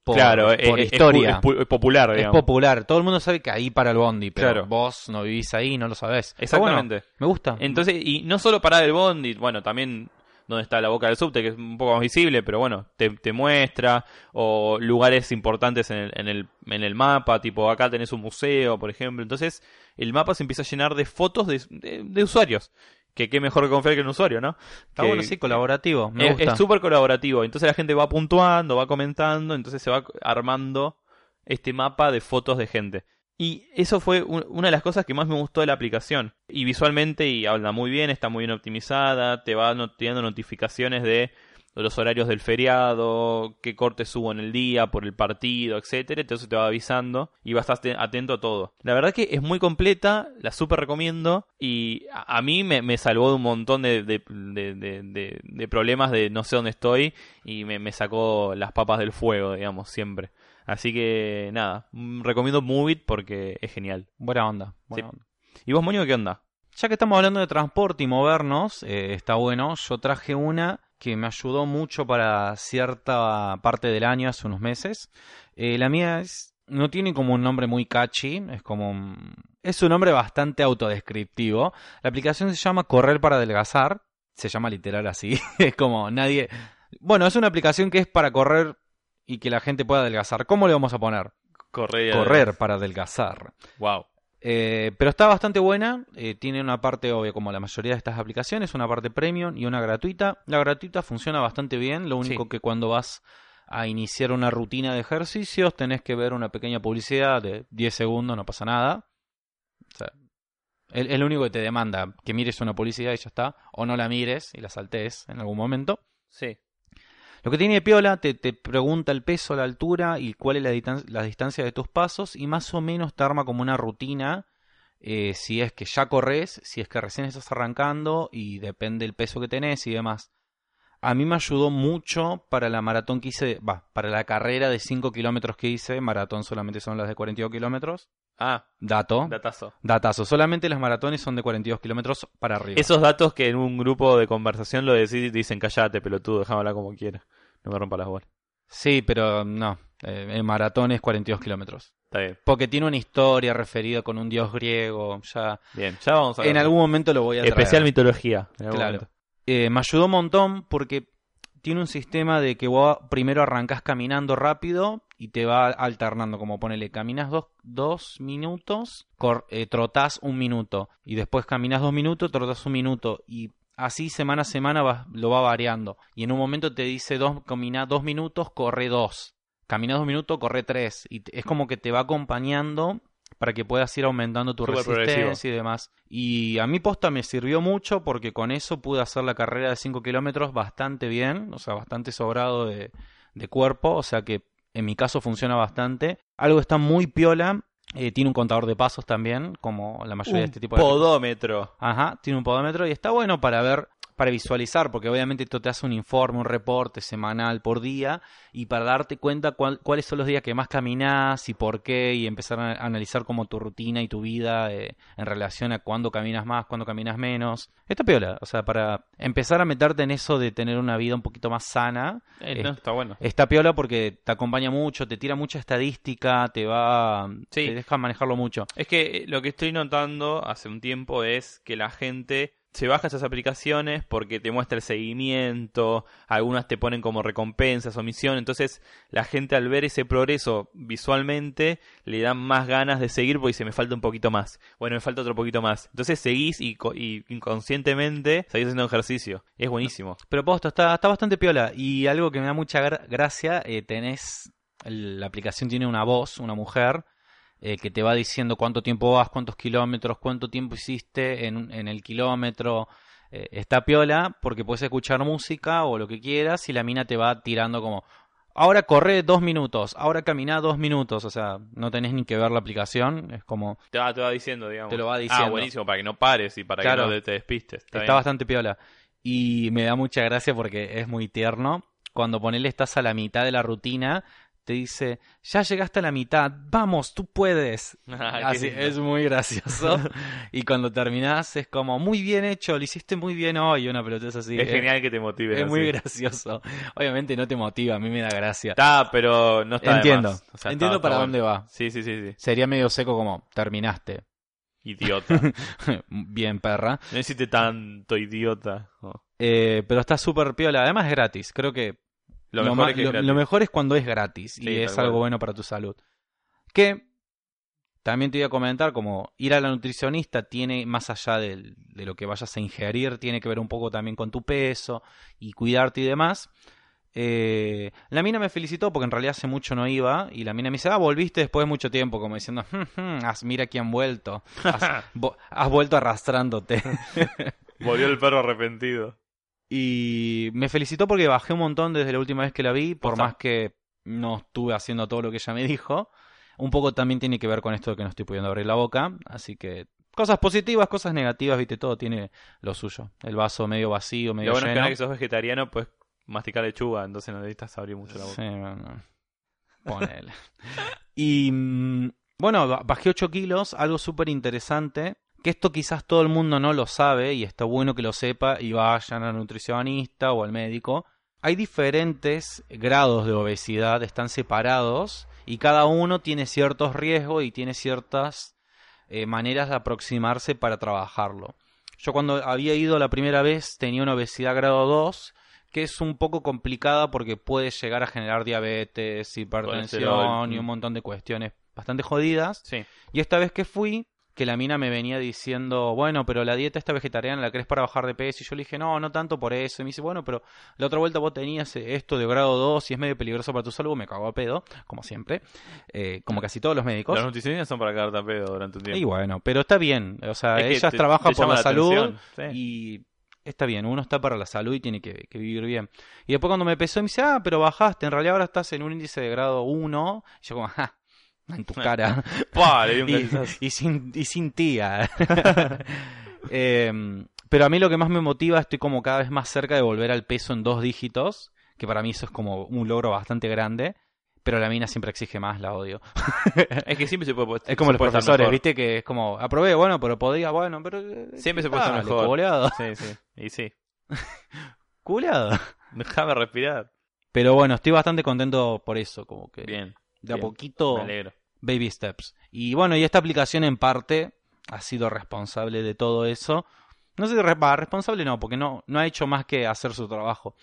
por,
claro, eh, es-
por
es- es-
historia.
Es, pu- es popular,
Es
digamos.
popular, todo el mundo sabe que ahí para el bondi, pero
Claro.
vos no vivís ahí, no lo sabés. Está bueno,
Exactamente.
me gusta.
Entonces, y no solo parada del bondi, bueno, también donde está la boca del subte, que es un poco más visible, pero bueno, te, te muestra, o lugares importantes en el, en, el, en el mapa, tipo acá tenés un museo, por ejemplo. Entonces, el mapa se empieza a llenar de fotos de, de- de usuarios. Que qué mejor que confiar que en un usuario, ¿no?
Está
que-
bueno, sí, colaborativo. Me
Es-
gusta.
eh, Es súper colaborativo. Entonces la gente va puntuando, va comentando, entonces se va armando este mapa de fotos de gente. Y eso fue un- una de las cosas que más me gustó de la aplicación. Y visualmente y habla muy bien, está muy bien optimizada, te va not- tirando notificaciones de los horarios del feriado, qué cortes hubo en el día, por el partido, etcétera, entonces te va avisando y vas a estar atento a todo. La verdad que es muy completa, la súper recomiendo y a a mí me, me salvó de un montón de, de- de- de- de- de problemas de no sé dónde estoy y me, me sacó las papas del fuego, digamos, siempre. Así que nada, mm, recomiendo Movit porque es genial.
Buena onda. buena
Sí.
onda.
¿Y vos, Moño, qué onda?
Ya que estamos hablando de transporte y movernos, eh, está bueno. Yo traje una que me ayudó mucho para cierta parte del año, hace unos meses. Eh, la mía es, no tiene como un nombre muy catchy, es como un, es un nombre bastante autodescriptivo. La aplicación se llama Correr para adelgazar, se llama literal así, es como nadie... Bueno, es una aplicación que es para correr y que la gente pueda adelgazar. ¿Cómo le vamos a poner?
Correr.
Correr para adelgazar.
Wow.
Eh, pero está bastante buena. eh, tiene una parte obvia, como la mayoría de estas aplicaciones, una parte premium y una gratuita. La gratuita funciona bastante bien. Lo único
Sí.
que cuando vas a iniciar una rutina de ejercicios tenés que ver una pequeña publicidad de 10 segundos, no pasa nada. O sea, es es lo único que te demanda, que mires una publicidad y ya está. O no la mires y la saltees en algún momento.
Sí.
Lo que tiene de piola, te, te pregunta el peso, la altura y cuál es la, ditan- la distancia de tus pasos y más o menos te arma como una rutina eh, si es que ya corres, si es que recién estás arrancando y depende el peso que tenés y demás. A mí me ayudó mucho para la maratón que hice, va, para la carrera de 5 kilómetros que hice, maratón solamente son las de 42 kilómetros.
Ah,
Dato,
datazo.
datazo, solamente las maratones son de 42 kilómetros para arriba.
Esos datos que en un grupo de conversación lo decís y te dicen, callate, pelotudo, déjame hablar como quiera. No me rompa las bolas.
Sí, pero no, eh, en maratón es 42 kilómetros.
Está bien,
Porque tiene una historia referida con un dios griego. Ya.
bien. Ya vamos a
En
hablar.
algún momento lo voy a traer.
Especial mitología. en algún
Claro.
momento.
Eh, me ayudó un montón porque tiene un sistema de que vos primero arrancás caminando rápido y te va alternando. Como ponele, caminas dos, dos minutos, cor- eh, trotás un minuto. Y después caminas dos minutos, trotás un minuto. Y así semana a semana vas- lo va variando. Y en un momento te dice, dos, camina dos minutos, corre dos. Camina dos minutos, corre tres. Y te- es como que te va acompañando para que puedas ir aumentando tu
Súper
resistencia
progresivo.
y demás. Y a mi posta me sirvió mucho porque con eso pude hacer la carrera de 5 kilómetros bastante bien, o sea, bastante sobrado de, de cuerpo, o sea que en mi caso funciona bastante. Algo que está muy piola, eh, tiene un contador de pasos también, como la mayoría de este tipo de...
Podómetro.
Ajá, tiene un podómetro y está bueno para ver, para visualizar, porque obviamente tú te hace un informe, un reporte semanal por día y para darte cuenta cuál- cuáles son los días que más caminás y por qué y empezar a analizar como tu rutina y tu vida eh, en relación a cuándo caminas más, cuándo caminas menos. Está piola, o sea, para empezar a meterte en eso de tener una vida un poquito más sana,
Eh, no, está bueno.
está piola porque te acompaña mucho, te tira mucha estadística, te va,
Sí.
te deja manejarlo mucho.
Es que eh, lo que estoy notando hace un tiempo es que la gente se baja esas aplicaciones porque te muestra el seguimiento, algunas te ponen como recompensas o misión, entonces la gente al ver ese progreso visualmente le dan más ganas de seguir porque dice me falta un poquito más, bueno me falta otro poquito más, entonces seguís y, co- y inconscientemente seguís haciendo ejercicio, es buenísimo.
Pero posto, está, está bastante piola. Y algo que me da mucha gra- gracia, eh, tenés. el- la aplicación tiene una voz, una mujer, eh, que te va diciendo cuánto tiempo vas, cuántos kilómetros, cuánto tiempo hiciste en, un- en el kilómetro. Eh, está piola porque puedes escuchar música o lo que quieras y la mina te va tirando como. Ahora corre dos minutos, ahora camina dos minutos. O sea, no tenés ni que ver la aplicación. Es como.
Te va, te va diciendo, digamos.
Te lo va diciendo.
Ah, buenísimo, para que no pares y para
Claro.
que no te despistes. Está
Está,
bien.
bastante piola. Y me da mucha gracia porque es muy tierno. Cuando ponele estás a la mitad de la rutina, te dice, ya llegaste a la mitad, vamos, tú puedes.
Ah, qué
Así,
lindo.
es muy gracioso. y cuando terminás es como, muy bien hecho, lo hiciste muy bien hoy, una peloteza así.
Es genial que te motive.
Es muy
así.
gracioso. Obviamente no te motiva, a mí me da gracia.
Está, pero no está de
Entiendo.
más. O sea,
Entiendo
está-
para
está
dónde
bueno.
va.
Sí, sí, sí, sí.
Sería medio seco como, terminaste.
Idiota.
bien, perra.
no hiciste tanto idiota. Oh.
Eh, pero está súper piola. Además es gratis. Creo que
Lo mejor
ma-
es que
lo-
es gratis.
lo mejor es cuando es gratis
Sí,
y es
tal
algo
cual.
bueno para tu salud. Que también te voy a comentar, como ir a la nutricionista tiene, más allá del- de, lo que vayas a ingerir, tiene que ver un poco también con tu peso y cuidarte y demás. Eh, la mina me felicitó porque en realidad hace mucho no iba y la mina me dice, ah, volviste después de mucho tiempo, como diciendo, "Jum, jum, has- mira quién vuelto, has, vo- has vuelto arrastrándote.
Volvió el perro arrepentido.
Y me felicitó porque bajé un montón desde la última vez que la vi, por
Posta.
más que no estuve haciendo todo lo que ella me dijo. Un poco también tiene que ver con esto de que no estoy pudiendo abrir la boca. Así que cosas positivas, cosas negativas, viste, todo tiene lo suyo. El vaso medio vacío, medio
Lo bueno es que
lleno.
ahora que sos vegetariano, puedes masticar lechuga, entonces no necesitas abrir mucho la boca.
Sí, bueno. Ponele. y mm, bueno, ba- bajé 8 kilos, algo súper interesante. Que esto quizás todo el mundo no lo sabe y está bueno que lo sepa y vayan al nutricionista o al médico. Hay diferentes grados de obesidad, están separados y cada uno tiene ciertos riesgos y tiene ciertas eh, maneras de aproximarse para trabajarlo. Yo cuando había ido la primera vez tenía una obesidad grado 2 que es un poco complicada porque puede llegar a generar diabetes, hipertensión y un
mm.
montón de cuestiones bastante jodidas.
Sí.
Y esta vez que fui, que la mina me venía diciendo, bueno, pero la dieta esta vegetariana la crees para bajar de peso. Y yo le dije, no, no tanto por eso. Y me dice, bueno, pero la otra vuelta vos tenías eh, esto de grado 2 y es medio peligroso para tu salud. Me cagó a pedo, como siempre, eh, como casi todos los médicos.
Las nutricionistas son para cagarte a pedo durante un
Y
tiempo.
bueno, pero está bien. O sea,
Es que
ellas
te-
trabajan
te
por
llama
la, salud
atención, sí.
y está bien. Uno está para la salud y tiene que, que vivir bien. Y después cuando me pesó, me dice, ah, pero bajaste. En realidad ahora estás en un índice de grado 1. Y yo como, ja, en tu cara.
¡Pah! Le di un
y,
cabezazo.
y sin, y sin tía. Em, pero a mí lo que más me motiva, estoy como cada vez más cerca de volver al peso en dos dígitos, que para mí eso es como un logro bastante grande. Pero la mina siempre exige más, la odio.
Es que siempre se puede
Es como
se
los
puede estar
profesores,
mejor.
¿viste? Que es como, aprobé, bueno, pero podía, bueno, pero... eh,
Siempre se puede estar
dale,
mejor.
Culeado,
Sí, sí. Y sí.
culeado.
Déjame respirar.
Pero bueno, estoy bastante contento por eso, como que
Bien.
de a
bien.
poquito,
Me alegro.
baby steps. Y bueno, y esta aplicación en parte ha sido responsable de todo eso. No sé, re- va, responsable no, porque no, no ha hecho más que hacer su trabajo.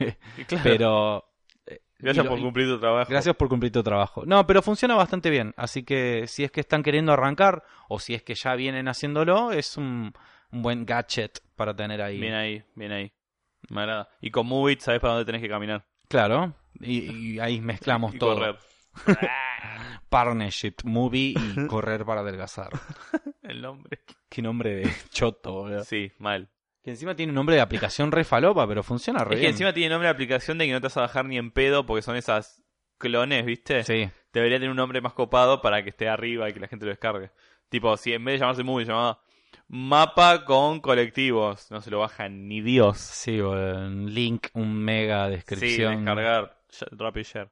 Y claro,
Pero eh,
gracias
y lo-
por
y-
cumplir tu trabajo.
Gracias por cumplir tu trabajo. No, pero funciona bastante bien. Así que si es que están queriendo arrancar o si es que ya vienen haciéndolo, es un, un buen gadget para tener ahí.
Bien ahí, bien ahí. Me agrada. Y con Movit sabes para dónde tenés que caminar. Claro.
Claro. Y, y ahí mezclamos
y
todo.
correr.
Partnership, movie y correr para adelgazar.
El nombre.
Qué nombre de choto, boludo.
Sí, mal.
Que encima tiene un nombre de aplicación re falopa, pero funciona re
es que
bien.
encima tiene nombre de aplicación de que no te vas a bajar ni en pedo porque son esas clones, ¿viste?
Sí.
Debería tener un nombre más copado para que esté arriba y que la gente lo descargue. Tipo, si en vez de llamarse Movie llamaba Mapa con colectivos. No se lo baja ni Dios.
Sí, boludo. Un link, un mega
Sí,
descripción.
descargar. Ya- Rapid Share.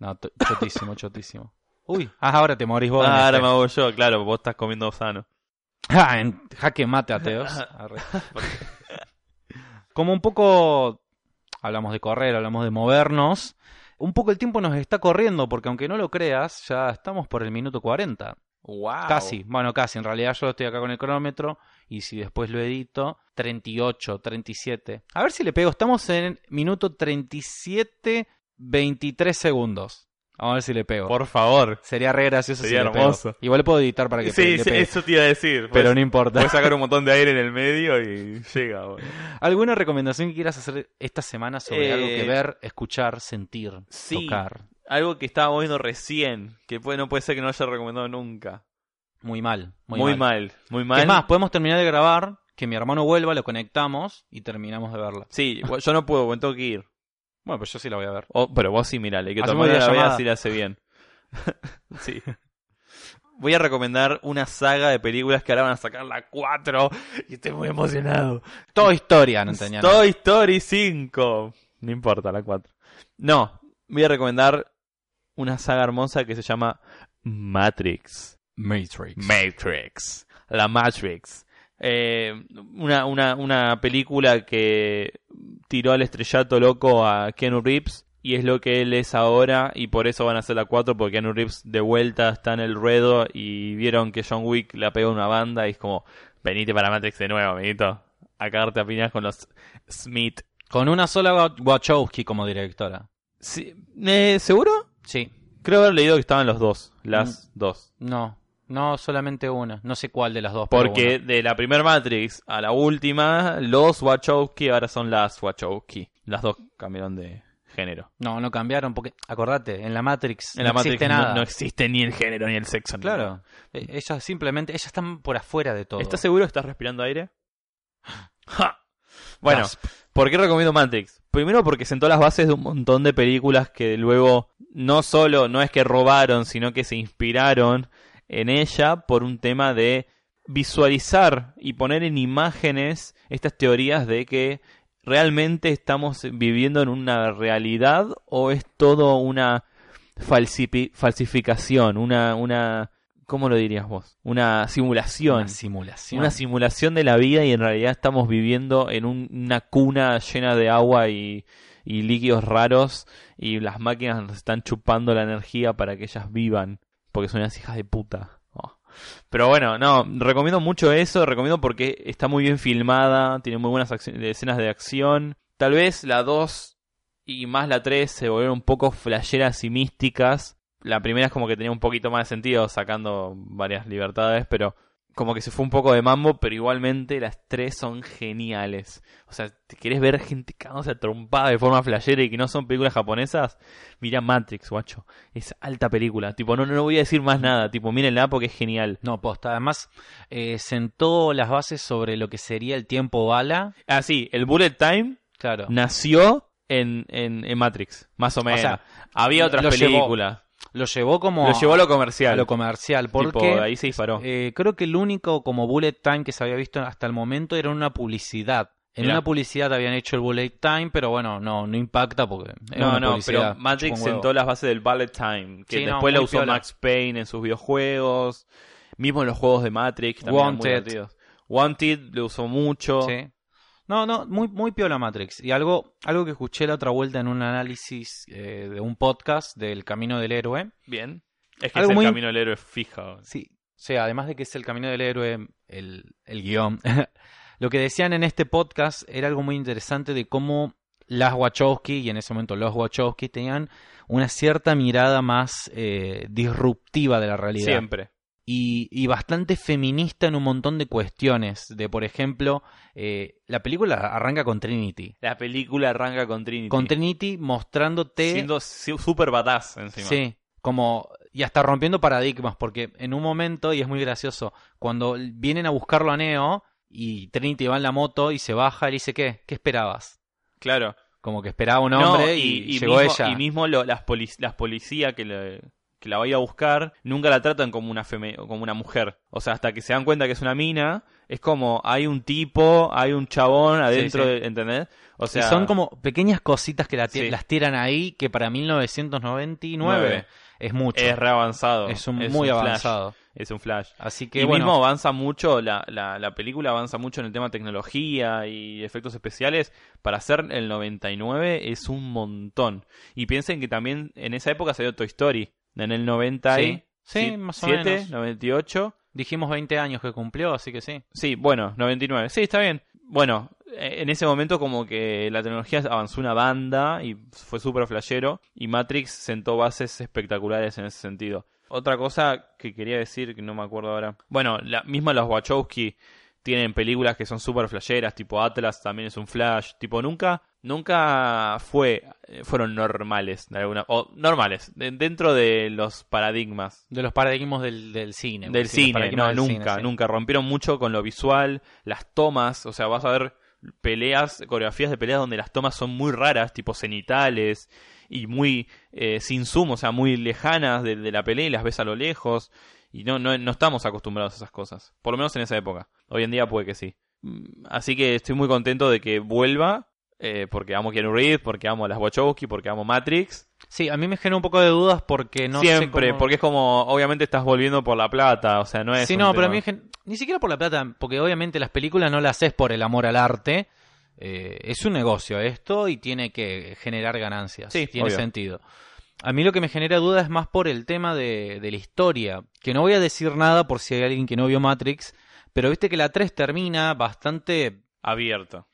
no, to- chotísimo, chotísimo. Uy, ah, ahora te morís vos. en
Ah, ahora
este.
me hago yo, claro, vos estás comiendo sano.
Ah, en jaque mate ateos. Arre. Como un poco hablamos de correr, hablamos de movernos, un poco el tiempo nos está corriendo porque aunque no lo creas, ya estamos por el minuto 40.
Wow.
Casi, bueno, casi, en realidad yo estoy acá con el cronómetro y si después lo edito, 38, 37. A ver si le pego, estamos en minuto 37, 23 segundos. Vamos a ver si le pego.
Por favor.
Sería re gracioso
Sería
si le pego.
hermoso.
Igual puedo editar para que
Sí,
pe- le
sí, pues.
pegue,
eso te iba a decir.
pero
Puedes-
no importa.
puedes sacar un montón de aire en el medio y llega. boludo.
¿Alguna recomendación que quieras hacer esta semana sobre
Eh,
algo que ver, escuchar, sentir,
sí.
tocar?
Algo que estaba viendo recién, que puede- no puede ser que no lo haya recomendado nunca.
Muy mal, muy,
Muy, mal. muy
Es
mal.
más, podemos terminar de grabar, que mi hermano vuelva, lo conectamos y terminamos de verla.
Sí, yo no puedo, bueno, tengo que ir.
Bueno, pues yo sí la voy a ver.
O- oh, pero vos sí, mirale, que tu
Hacemos
hermana la
videollamada.
vea si la hace bien. sí. Voy a recomendar una saga de películas que ahora van a sacar la 4 y estoy muy emocionado.
Toda historia, no tenía nada.
Toy Story 5. No importa, la 4. No, voy a recomendar una saga hermosa que se llama Matrix.
Matrix.
Matrix. La Matrix. Eh, una, una, una película que tiró al estrellato loco a Keanu Reeves y es lo que él es ahora y por eso van a hacer la 4 porque Keanu Reeves de vuelta está en el ruedo y vieron que John Wick la pegó a una banda y es como venite para Matrix de nuevo amiguito a cagarte a piñas con los Smith
Con una sola Wa- Wachowski como directora.
Sí, eh, ¿seguro?
Sí,
creo haber leído que estaban los dos las dos
no, no solamente una. No sé cuál de las dos. pero
Porque
una.
de la primer Matrix a la última, los Wachowski ahora son las Wachowski. Las dos cambiaron de género.
No, no cambiaron, porque acordate, en la Matrix
En
no
la Matrix
existe
no-
nada.
No, existe ni el género ni el sexo. ni nada.
Claro, Eh, ellas simplemente, ellas están por afuera de todo.
¿Estás seguro que estás respirando aire? Ja. Bueno,
Gasp.
¿por qué recomiendo Matrix? Primero porque sentó las bases de un montón de películas que luego no solo no es que robaron, sino que se inspiraron en ella por un tema de visualizar y poner en imágenes estas teorías de que realmente estamos viviendo en una realidad o es todo una falsipi- falsificación, una, una, ¿cómo lo dirías vos? Una simulación.
Una simulación.
Una simulación de la vida y en realidad estamos viviendo en un- una cuna llena de agua y, y líquidos raros y las máquinas nos están chupando la energía para que ellas vivan, porque son unas hijas de puta. Oh. Pero bueno, no, recomiendo mucho eso, recomiendo porque está muy bien filmada, tiene muy buenas acci- escenas de acción, Tal vez la 2 y más la 3 se volvieron un poco flasheras y místicas. La primera es como que tenía un poquito más de sentido, sacando varias libertades, pero como que se fue un poco de mambo, pero igualmente las tres son geniales. O sea, te querés ver gente cagándose a trompada de forma flashera y que no son películas japonesas, mira Matrix, guacho. Es alta película. Tipo, no, no voy a decir más nada. Tipo, mírenla porque es genial.
No, posta. Además, eh, sentó las bases sobre lo que sería el tiempo bala.
Ah, sí, el Bullet Time
Claro.
nació en, en, en Matrix, más o menos.
sea,
Había otras
lo llevó
películas.
Lo llevó como
Lo llevó a lo comercial.
a lo comercial.
Tipo,
Porque
ahí se disparó.
eh, creo que el único como bullet time que se había visto hasta el momento era una publicidad. En
Mirá.
una publicidad habían hecho el bullet time, pero bueno, no, no impacta porque es
No,
una
no, pero
publicidad.
Matrix
Chupa un huevo.
sentó las bases del Bullet Time, que
Sí, no,
después la
muy
usó
piola.
Max Payne en sus videojuegos, mismo en los juegos de Matrix también eran muy
Wanted.
divertidos. Wanted lo usó mucho.
Sí. No, no, muy, muy piola Matrix. Y algo, algo que escuché la otra vuelta en un análisis eh, de un podcast del Camino del Héroe.
Bien. Es que
Algo
es el
muy-
camino del héroe fija.
Sí. O sea, además de que es el camino del héroe, el, el guión. lo que decían en este podcast era algo muy interesante de cómo las Wachowski, y en ese momento los Wachowski, tenían una cierta mirada más eh, disruptiva de la realidad.
Siempre.
Y, y bastante feminista en un montón de cuestiones. De, por ejemplo, eh, la película arranca con Trinity.
La película arranca con Trinity.
Con Trinity mostrándote.
Siendo si- super badass encima.
Sí, como y hasta rompiendo paradigmas, porque en un momento, y es muy gracioso, cuando vienen a buscarlo a Neo y Trinity va en la moto y se baja, él dice, ¿qué? ¿Qué esperabas?
Claro.
Como que esperaba un
No,
hombre y, llegó
mismo,
ella.
Y mismo lo- las, polic- las policías que, le- que la vaya a buscar nunca la tratan como una, feme- como una mujer. O sea, hasta que se dan cuenta que es una mina, es como hay un tipo, hay un chabón adentro,
sí.
de- ¿entendés? O
Y
sea,
son como pequeñas cositas que la ti-
Sí.
las tiran ahí, que para 1999
Nueve.
es mucho.
es reavanzado.
Es un muy
flash,
avanzado.
es un flash.
Así que
y
bueno,
mismo avanza mucho, la, la, la película avanza mucho en el tema tecnología y efectos especiales. Para hacer el 99 es un montón. Y piensen que también en esa época salió Toy Story. En el 90 y
Sí. Sí,
si-
más o
siete,
menos.
98.
dijimos 20 años que cumplió, así que sí.
Sí, bueno, 99. Sí, está bien. Bueno, eh, en ese momento como que la tecnología avanzó una banda y fue súper flashero y Matrix sentó bases espectaculares en ese sentido. Otra cosa que quería decir, que no me acuerdo ahora. Bueno, la misma los Wachowski tienen películas que son súper flasheras, tipo Atlas también es un flash, tipo nunca, nunca fue, eh, fueron normales, de alguna, o normales, de- dentro de los paradigmas
De los paradigmas del, del cine.
del
sí, los
cine,
paradigmas
no,
del cine,
nunca,
sí.
nunca. Rompieron mucho con lo visual, las tomas, o sea, vas a ver peleas, coreografías de peleas donde las tomas son muy raras, tipo cenitales y muy eh, sin zoom, o sea, muy lejanas de, de la pelea y las ves a lo lejos. Y no, no, no estamos acostumbrados a esas cosas, por lo menos en esa época. Hoy en día puede que sí. Mm, Así que estoy muy contento de que vuelva, eh, porque amo Keanu Reeves, porque amo a las Wachowski, porque amo Matrix.
Sí, a mí me generó un poco de dudas porque no sé
Siempre,
cómo-
porque es como, obviamente estás volviendo por la plata, o sea, no es...
sí,
un
no, pero a
tema-
mí en gen- ni siquiera por la plata, porque obviamente las películas no las haces por el amor al arte. eh, es un negocio esto y tiene que generar ganancias.
Sí,
tiene
obvio.
sentido. A mí lo que me genera duda es más por el tema de, de la historia. Que no voy a decir nada por si hay alguien que no vio Matrix, pero viste que la 3 termina bastante
abierto.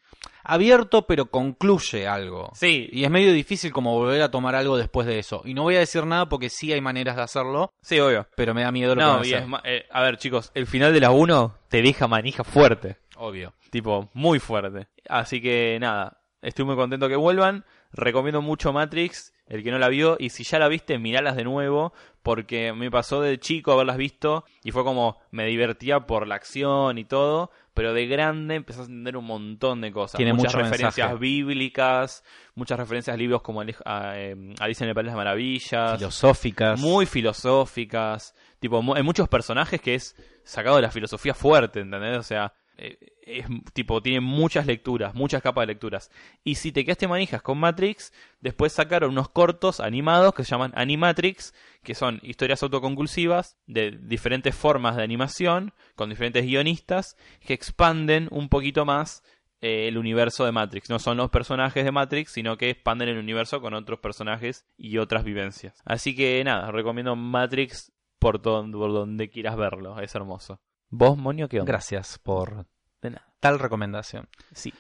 abierto, pero concluye algo.
Sí,
Y es medio difícil como volver a tomar algo después de eso. Y no voy a decir nada porque sí hay maneras de hacerlo,
sí, obvio.
pero me da miedo lo que van
No,
a
y
hacer.
es ma- eh, a ver, chicos, el final de la 1 te deja manija fuerte.
Obvio.
Tipo, muy fuerte. Así que nada, estoy muy contento que vuelvan. Recomiendo mucho Matrix, el que no la vio. Y si ya la viste, miralas de nuevo. Porque me pasó de chico haberlas visto. Y fue como, me divertía por la acción y todo. Pero de grande empezás a entender un montón de cosas.
Tiene
muchas
mucho
referencias
mensaje.
bíblicas, muchas referencias a libros como Alej- a, eh, Alicia en el País de las Maravillas.
Filosóficas.
muy filosóficas. Tipo, mu- hay muchos personajes que es sacado de la filosofía fuerte, ¿entendés? O sea, eh, es tipo, tiene muchas lecturas, muchas capas de lecturas. Y si te quedaste manijas con Matrix, después sacaron unos cortos animados que se llaman Animatrix, que son historias autoconclusivas de diferentes formas de animación, con diferentes guionistas, que expanden un poquito más eh, el universo de Matrix. No son los personajes de Matrix, sino que expanden el universo con otros personajes y otras vivencias. Así que nada, recomiendo Matrix por, don- por donde quieras verlo. Es hermoso. ¿Vos, Monio, qué onda?
Gracias por
De nada.
tal recomendación.
Sí.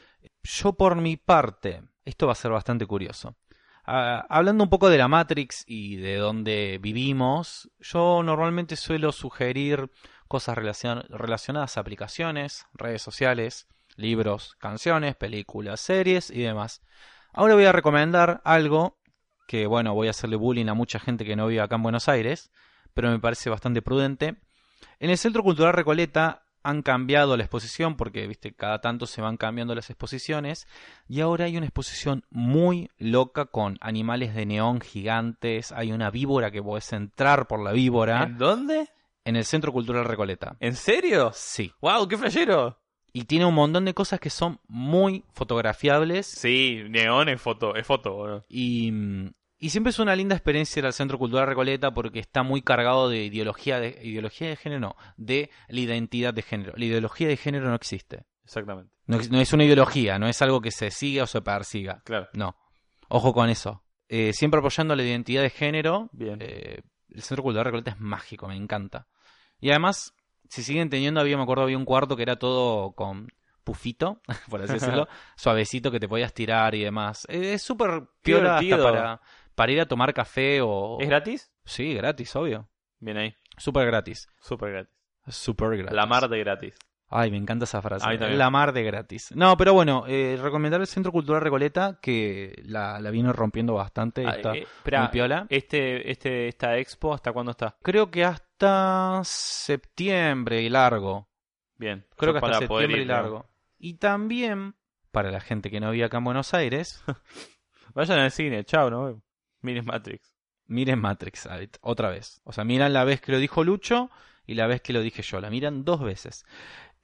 Yo por mi parte, Esto va a ser bastante curioso. Ah, hablando un poco de la Matrix y de dónde vivimos, yo normalmente suelo sugerir cosas relacion- relacionadas a aplicaciones, redes sociales, libros, canciones, películas, series y demás. Ahora voy a recomendar algo que, bueno, voy a hacerle bullying a mucha gente que no vive acá en Buenos Aires, pero me parece bastante prudente. En el Centro Cultural Recoleta han cambiado la exposición porque, viste, cada tanto se van cambiando las exposiciones y ahora hay una exposición muy loca con animales de neón gigantes, hay una víbora que podés entrar por la víbora
¿En dónde?
en el Centro Cultural Recoleta.
¿En serio?
Sí.
¡Wow! ¡Qué flashero!
Y tiene un montón de cosas que son muy fotografiables
Sí, neón es foto, es foto, boludo.
y, mm, y siempre es una linda experiencia ir al Centro Cultural Recoleta porque está muy cargado de ideología de ideología de género, no, de la identidad de género. La ideología de género no existe.
Exactamente,
No, ex- no es una ideología, no es algo que se siga o se persiga.
claro.
No. Ojo con eso. Eh, siempre apoyando la identidad de género,
Bien.
Eh, el Centro Cultural Recoleta es mágico, me encanta. Y además, si siguen teniendo, había, me acuerdo, había un cuarto que era todo con pufito, por así decirlo, suavecito que te podías tirar y demás. Eh, es súper piola hasta
divertido.
para, para ir a tomar café o...
¿Es gratis?
Sí, gratis, obvio.
Bien ahí.
Súper gratis.
Súper gratis.
Súper gratis.
La mar de gratis.
Ay, me encanta esa frase.
A mí también.
La mar de gratis. No, pero bueno, eh, recomendar el Centro Cultural Recoleta, que la, la vino rompiendo bastante.
Ah,
está
eh, esperá,
muy piola.
este, este, esta expo, ¿hasta cuándo está?
Creo que hasta septiembre y largo.
Bien.
Creo
Yo
que hasta
para poder
septiembre y
ir,
largo. Y también, para la gente que no vive acá en Buenos Aires,
¿no? Vayan al cine, chao, no vemos. Miren Matrix.
miren Matrix Alt, otra vez. O sea, miran la vez que lo dijo Lucho y la vez que lo dije yo. La miran dos veces.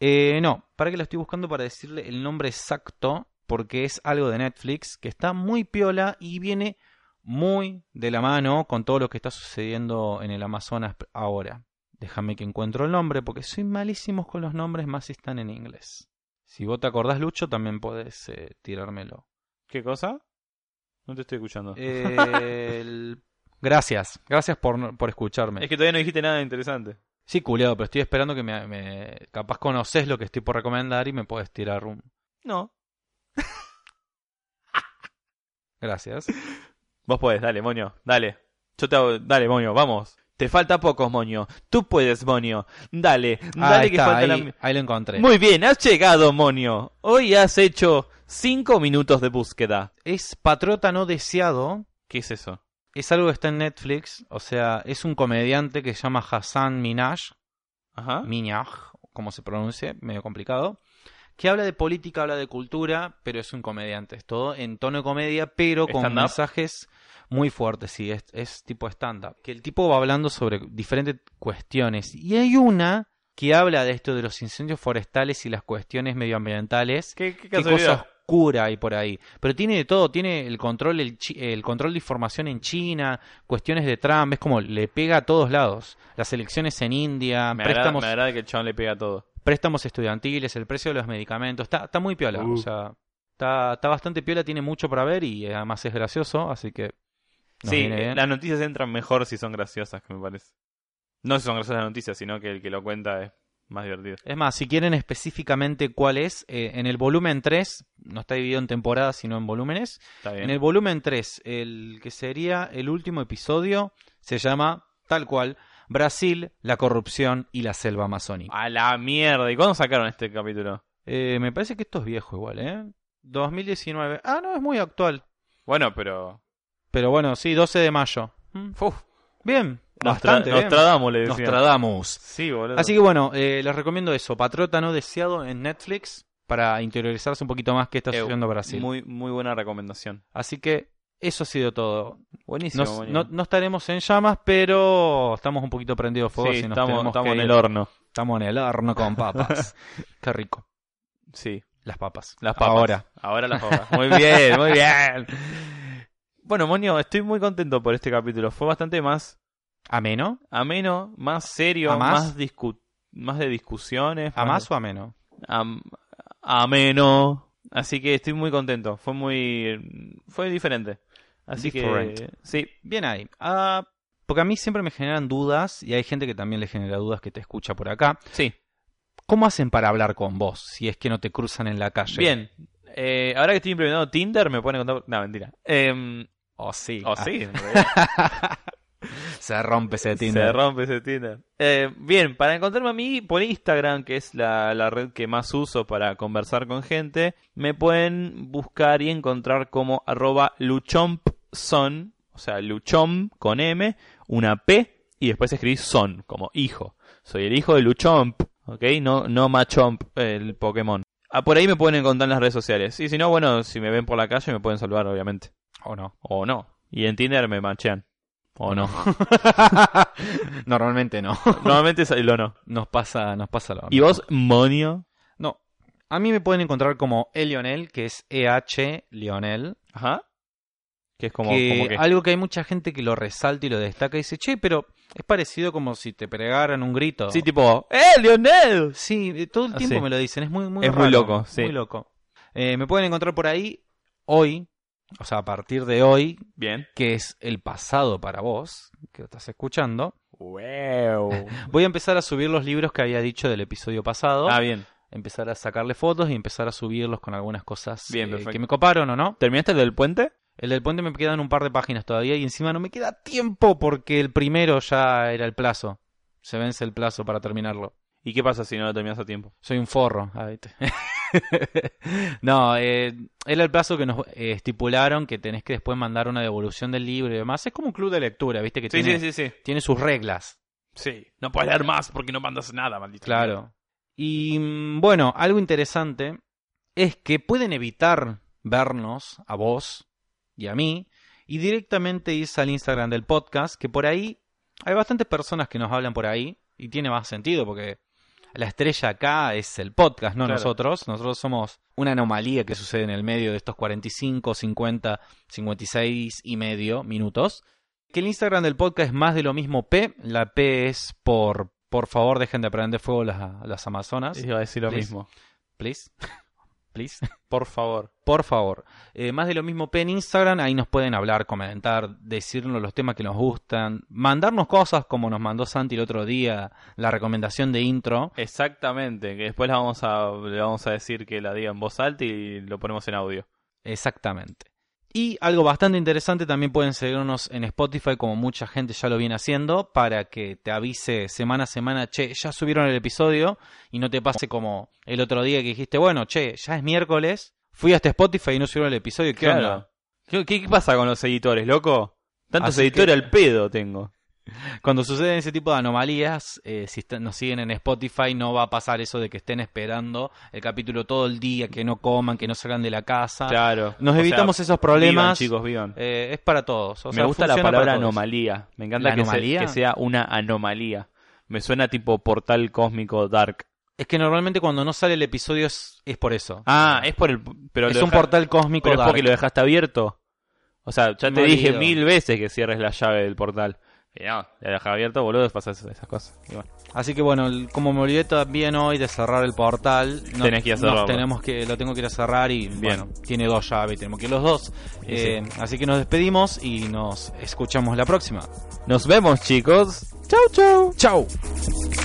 Eh, no, para que lo estoy buscando para decirle el nombre exacto, porque es algo de Netflix que está muy piola y viene muy de la mano con todo lo que está sucediendo en el Amazonas ahora. Déjame que encuentro el nombre, porque soy malísimo con los nombres, más si están en inglés. Si vos te acordás, Lucho, también podés eh, tirármelo.
¿Qué cosa? No te estoy escuchando.
Eh, el- Gracias, gracias por, por escucharme.
Es que todavía no dijiste nada interesante.
Sí, culiado, pero estoy esperando que me, me- Capaz conoces lo que estoy por recomendar y me puedes tirar un...
No.
Gracias.
Vos podés, dale, moño, dale. Yo te hago, dale, moño, vamos. Te falta pocos, moño. Tú puedes, moño. Dale,
Ah,
dale
ahí
que
está,
falta
ahí,
la...
ahí lo encontré.
Muy bien, has llegado, moño. Hoy has hecho cinco minutos de búsqueda.
Es Patriota No Deseado.
¿Qué es eso?
Es algo que está en Netflix. O sea, es un comediante que se llama Hassan Minaj.
Ajá.
Minaj, como se pronuncie, medio complicado. Que habla de política, habla de cultura, pero es un comediante. Es todo en tono de comedia, pero con
¿Stand-up?
mensajes muy fuertes. Sí, es, es tipo stand-up. Que el tipo va hablando sobre diferentes cuestiones. Y hay una que habla de esto de los incendios forestales y las cuestiones medioambientales
¿Qué,
qué
qué casualidad?
cosa oscura hay por ahí. Pero tiene de todo, tiene el control, el, chi- el control de información en China, cuestiones de Trump, es como le pega a todos lados. Las elecciones en India,
Me agrada,
préstamos,
me agrada que el chabón le pega todo.
préstamos estudiantiles, el precio de los medicamentos, está, está muy piola,
Uh.
o sea, está, está bastante piola, tiene mucho para ver y eh, además es gracioso, así que nos
sí, eh,
viene bien.
las noticias entran mejor si son graciosas, que me parece. No si son graciosas las noticias, sino que el que lo cuenta es más divertido.
Es más, si quieren específicamente cuál es, eh, en el volumen 3, no está dividido en temporadas, sino en volúmenes,
Está bien.
En el volumen 3, el que sería el último episodio, se llama, tal cual, Brasil, la corrupción y la selva amazónica.
A la mierda. ¿Y cuándo sacaron este capítulo?
Eh, me parece que esto es viejo igual, ¿eh? 2019. Ah, no, es muy actual.
Bueno, pero.
Pero bueno, sí, 12 de mayo. Mm,
Uf,
Bien,
nos
bastante bien.
le decían.
Nostradamus.
Sí, boludo.
Así que bueno, eh, les recomiendo eso, Patriota no deseado en Netflix, para interiorizarse un poquito más qué está
Eh,
sucediendo en Brasil.
Muy, muy buena recomendación.
Así que eso ha sido todo.
Buenísimo,
No, no- no estaremos en llamas, pero estamos un poquito prendidos fuego.
sí,
si nos
estamos,
tenemos
estamos
que
en el
ir.
horno.
Estamos en el horno con papas. Qué rico.
Sí,
Las papas.
las papas.
Ahora.
Ahora las papas. Muy bien, muy bien. Bueno, Moño, estoy muy contento por este capítulo. Fue bastante más
¿Ameno?
ameno, más serio,
¿A más?
más discu- más de discusiones.
¿A
de-
más o ameno?
am- ameno. Así que estoy muy contento. Fue muy. Fue diferente. Así que.
Different.
Sí.
Bien ahí. Ah, porque a mí siempre me generan dudas y hay gente que también le genera dudas que te escucha por acá.
Sí.
¿Cómo hacen para hablar con vos si es que no te cruzan en la calle?
Bien. Eh, ahora que estoy implementando Tinder, me pueden contar. No, mentira. Em,
O sí.
o
Ah,
sí, en realidad.
Se rompe ese
Se
Tinder.
rompe ese Tinder. Eh, bien, para encontrarme a mí por Instagram, que es la, la red que más uso para conversar con gente, me pueden buscar y encontrar como arroba luchompson, o sea, luchomp con M, una P, y después escribís son, como hijo. Soy el hijo de luchomp, ¿ok? No, no machomp, el Pokémon. Ah, por ahí me pueden encontrar en las redes sociales. Y si no, bueno, si me ven por la calle me pueden saludar, obviamente.
¿O no?
O no. Y en Tinder me manchean. O no.
Normalmente no.
Normalmente es lo no.
Nos pasa, nos pasa lo
¿Y vos, Monio?
No. A mí me pueden encontrar como Elionel, que es EH Lionel.
Ajá. Que es como,
que
como que-
Algo que hay mucha gente que lo resalta y lo destaca y dice, che, pero es parecido como si te pegaran un grito.
Sí, tipo, ¡Eh, Lionel!
Sí, eh, todo el
Ah,
tiempo
sí.
me lo dicen, es muy, muy
Es muy
raro,
loco, sí.
Muy loco. Eh, me pueden encontrar por ahí hoy, o sea, a partir de hoy,
Bien.
que es el pasado para vos, que lo estás escuchando.
Wow.
Voy a empezar a subir los libros que había dicho del episodio pasado.
ah, bien.
Empezar a sacarle fotos y empezar a subirlos con algunas cosas
Bien,
eh,
perfecto.
que me coparon o no.
¿Terminaste el del puente?
El del puente me quedan un par de páginas todavía y encima no me queda tiempo porque el primero ya era el plazo. Se vence el plazo para terminarlo.
¿Y qué pasa si no lo terminas a tiempo?
Soy un forro. Ah, viste. no, eh, era el plazo que nos eh, estipularon que tenés que después mandar una devolución del libro y demás. Es como un club de lectura, ¿viste? Que tiene,
sí, sí.
tiene sus reglas.
Sí. No puedes leer más porque no mandas nada, maldito.
Claro. Y mm, bueno, algo interesante es que pueden evitar vernos a vos y a mí y directamente irse al Instagram del podcast, que por ahí hay bastantes personas que nos hablan por ahí y tiene más sentido porque la estrella acá es el podcast, no
Claro.
nosotros. Nosotros somos una anomalía que sucede en el medio de estos 45, 50, 56 y medio minutos. Que el Instagram del podcast es más de lo mismo P. La P es por por favor dejen de prender fuego las, las Amazonas.
Iba a decir lo
Please.
mismo.
Please. Please.
Por favor.
Por favor. Eh, más de lo mismo P en Instagram. Ahí nos pueden hablar, comentar, decirnos los temas que nos gustan. Mandarnos cosas como nos mandó Santi el otro día. La recomendación de intro.
Exactamente. Que después la vamos a, le vamos a decir que la diga en voz alta y lo ponemos en audio.
Exactamente. Y algo bastante interesante, también pueden seguirnos en Spotify, como mucha gente ya lo viene haciendo, para que te avise semana a semana, che, ya subieron el episodio, y no te pase como el otro día que dijiste, bueno, che, ya es miércoles, fui hasta Spotify y no subieron el episodio, ¿qué
Claro.
onda?
¿Qué, qué- qué pasa con los editores, loco? Tantos
Así
editores
que-
al pedo tengo.
Cuando suceden ese tipo de anomalías, eh, si está- nos siguen en Spotify, no va a pasar eso de que estén esperando el capítulo todo el día, que no coman, que no salgan de la casa.
Claro.
Ah. Nos
O sea,
evitamos esos problemas.
Vivan, chicos, vivan.
Eh, es para todos. o
me
sea,
gusta la
funciona
palabra
para todos.
anomalía. Me encanta
¿La
que, se-
anomalía?
que sea una anomalía. Me suena tipo portal cósmico dark.
Es que normalmente cuando no sale el episodio es, es por eso.
Ah, es por el. Pero
es
lo
un
deja-
portal cósmico.
Pero es
dark.
porque lo dejaste abierto. O sea, ya te
Morido.
dije mil veces que cierres la llave del portal. Y no, la dejas abierta, boludo, pasas esas cosas. Y bueno,
Así que bueno, el- como me olvidé también hoy de cerrar el portal, no-
Tenés que ir a
nos
cerrarlo.
tenemos que, lo tengo que ir a cerrar y
Bien.
bueno, tiene dos llaves, tenemos que ir los dos.
Y
Eh, Así que nos despedimos y nos escuchamos la próxima.
Nos vemos, chicos. Chau, chau.
¡Chao!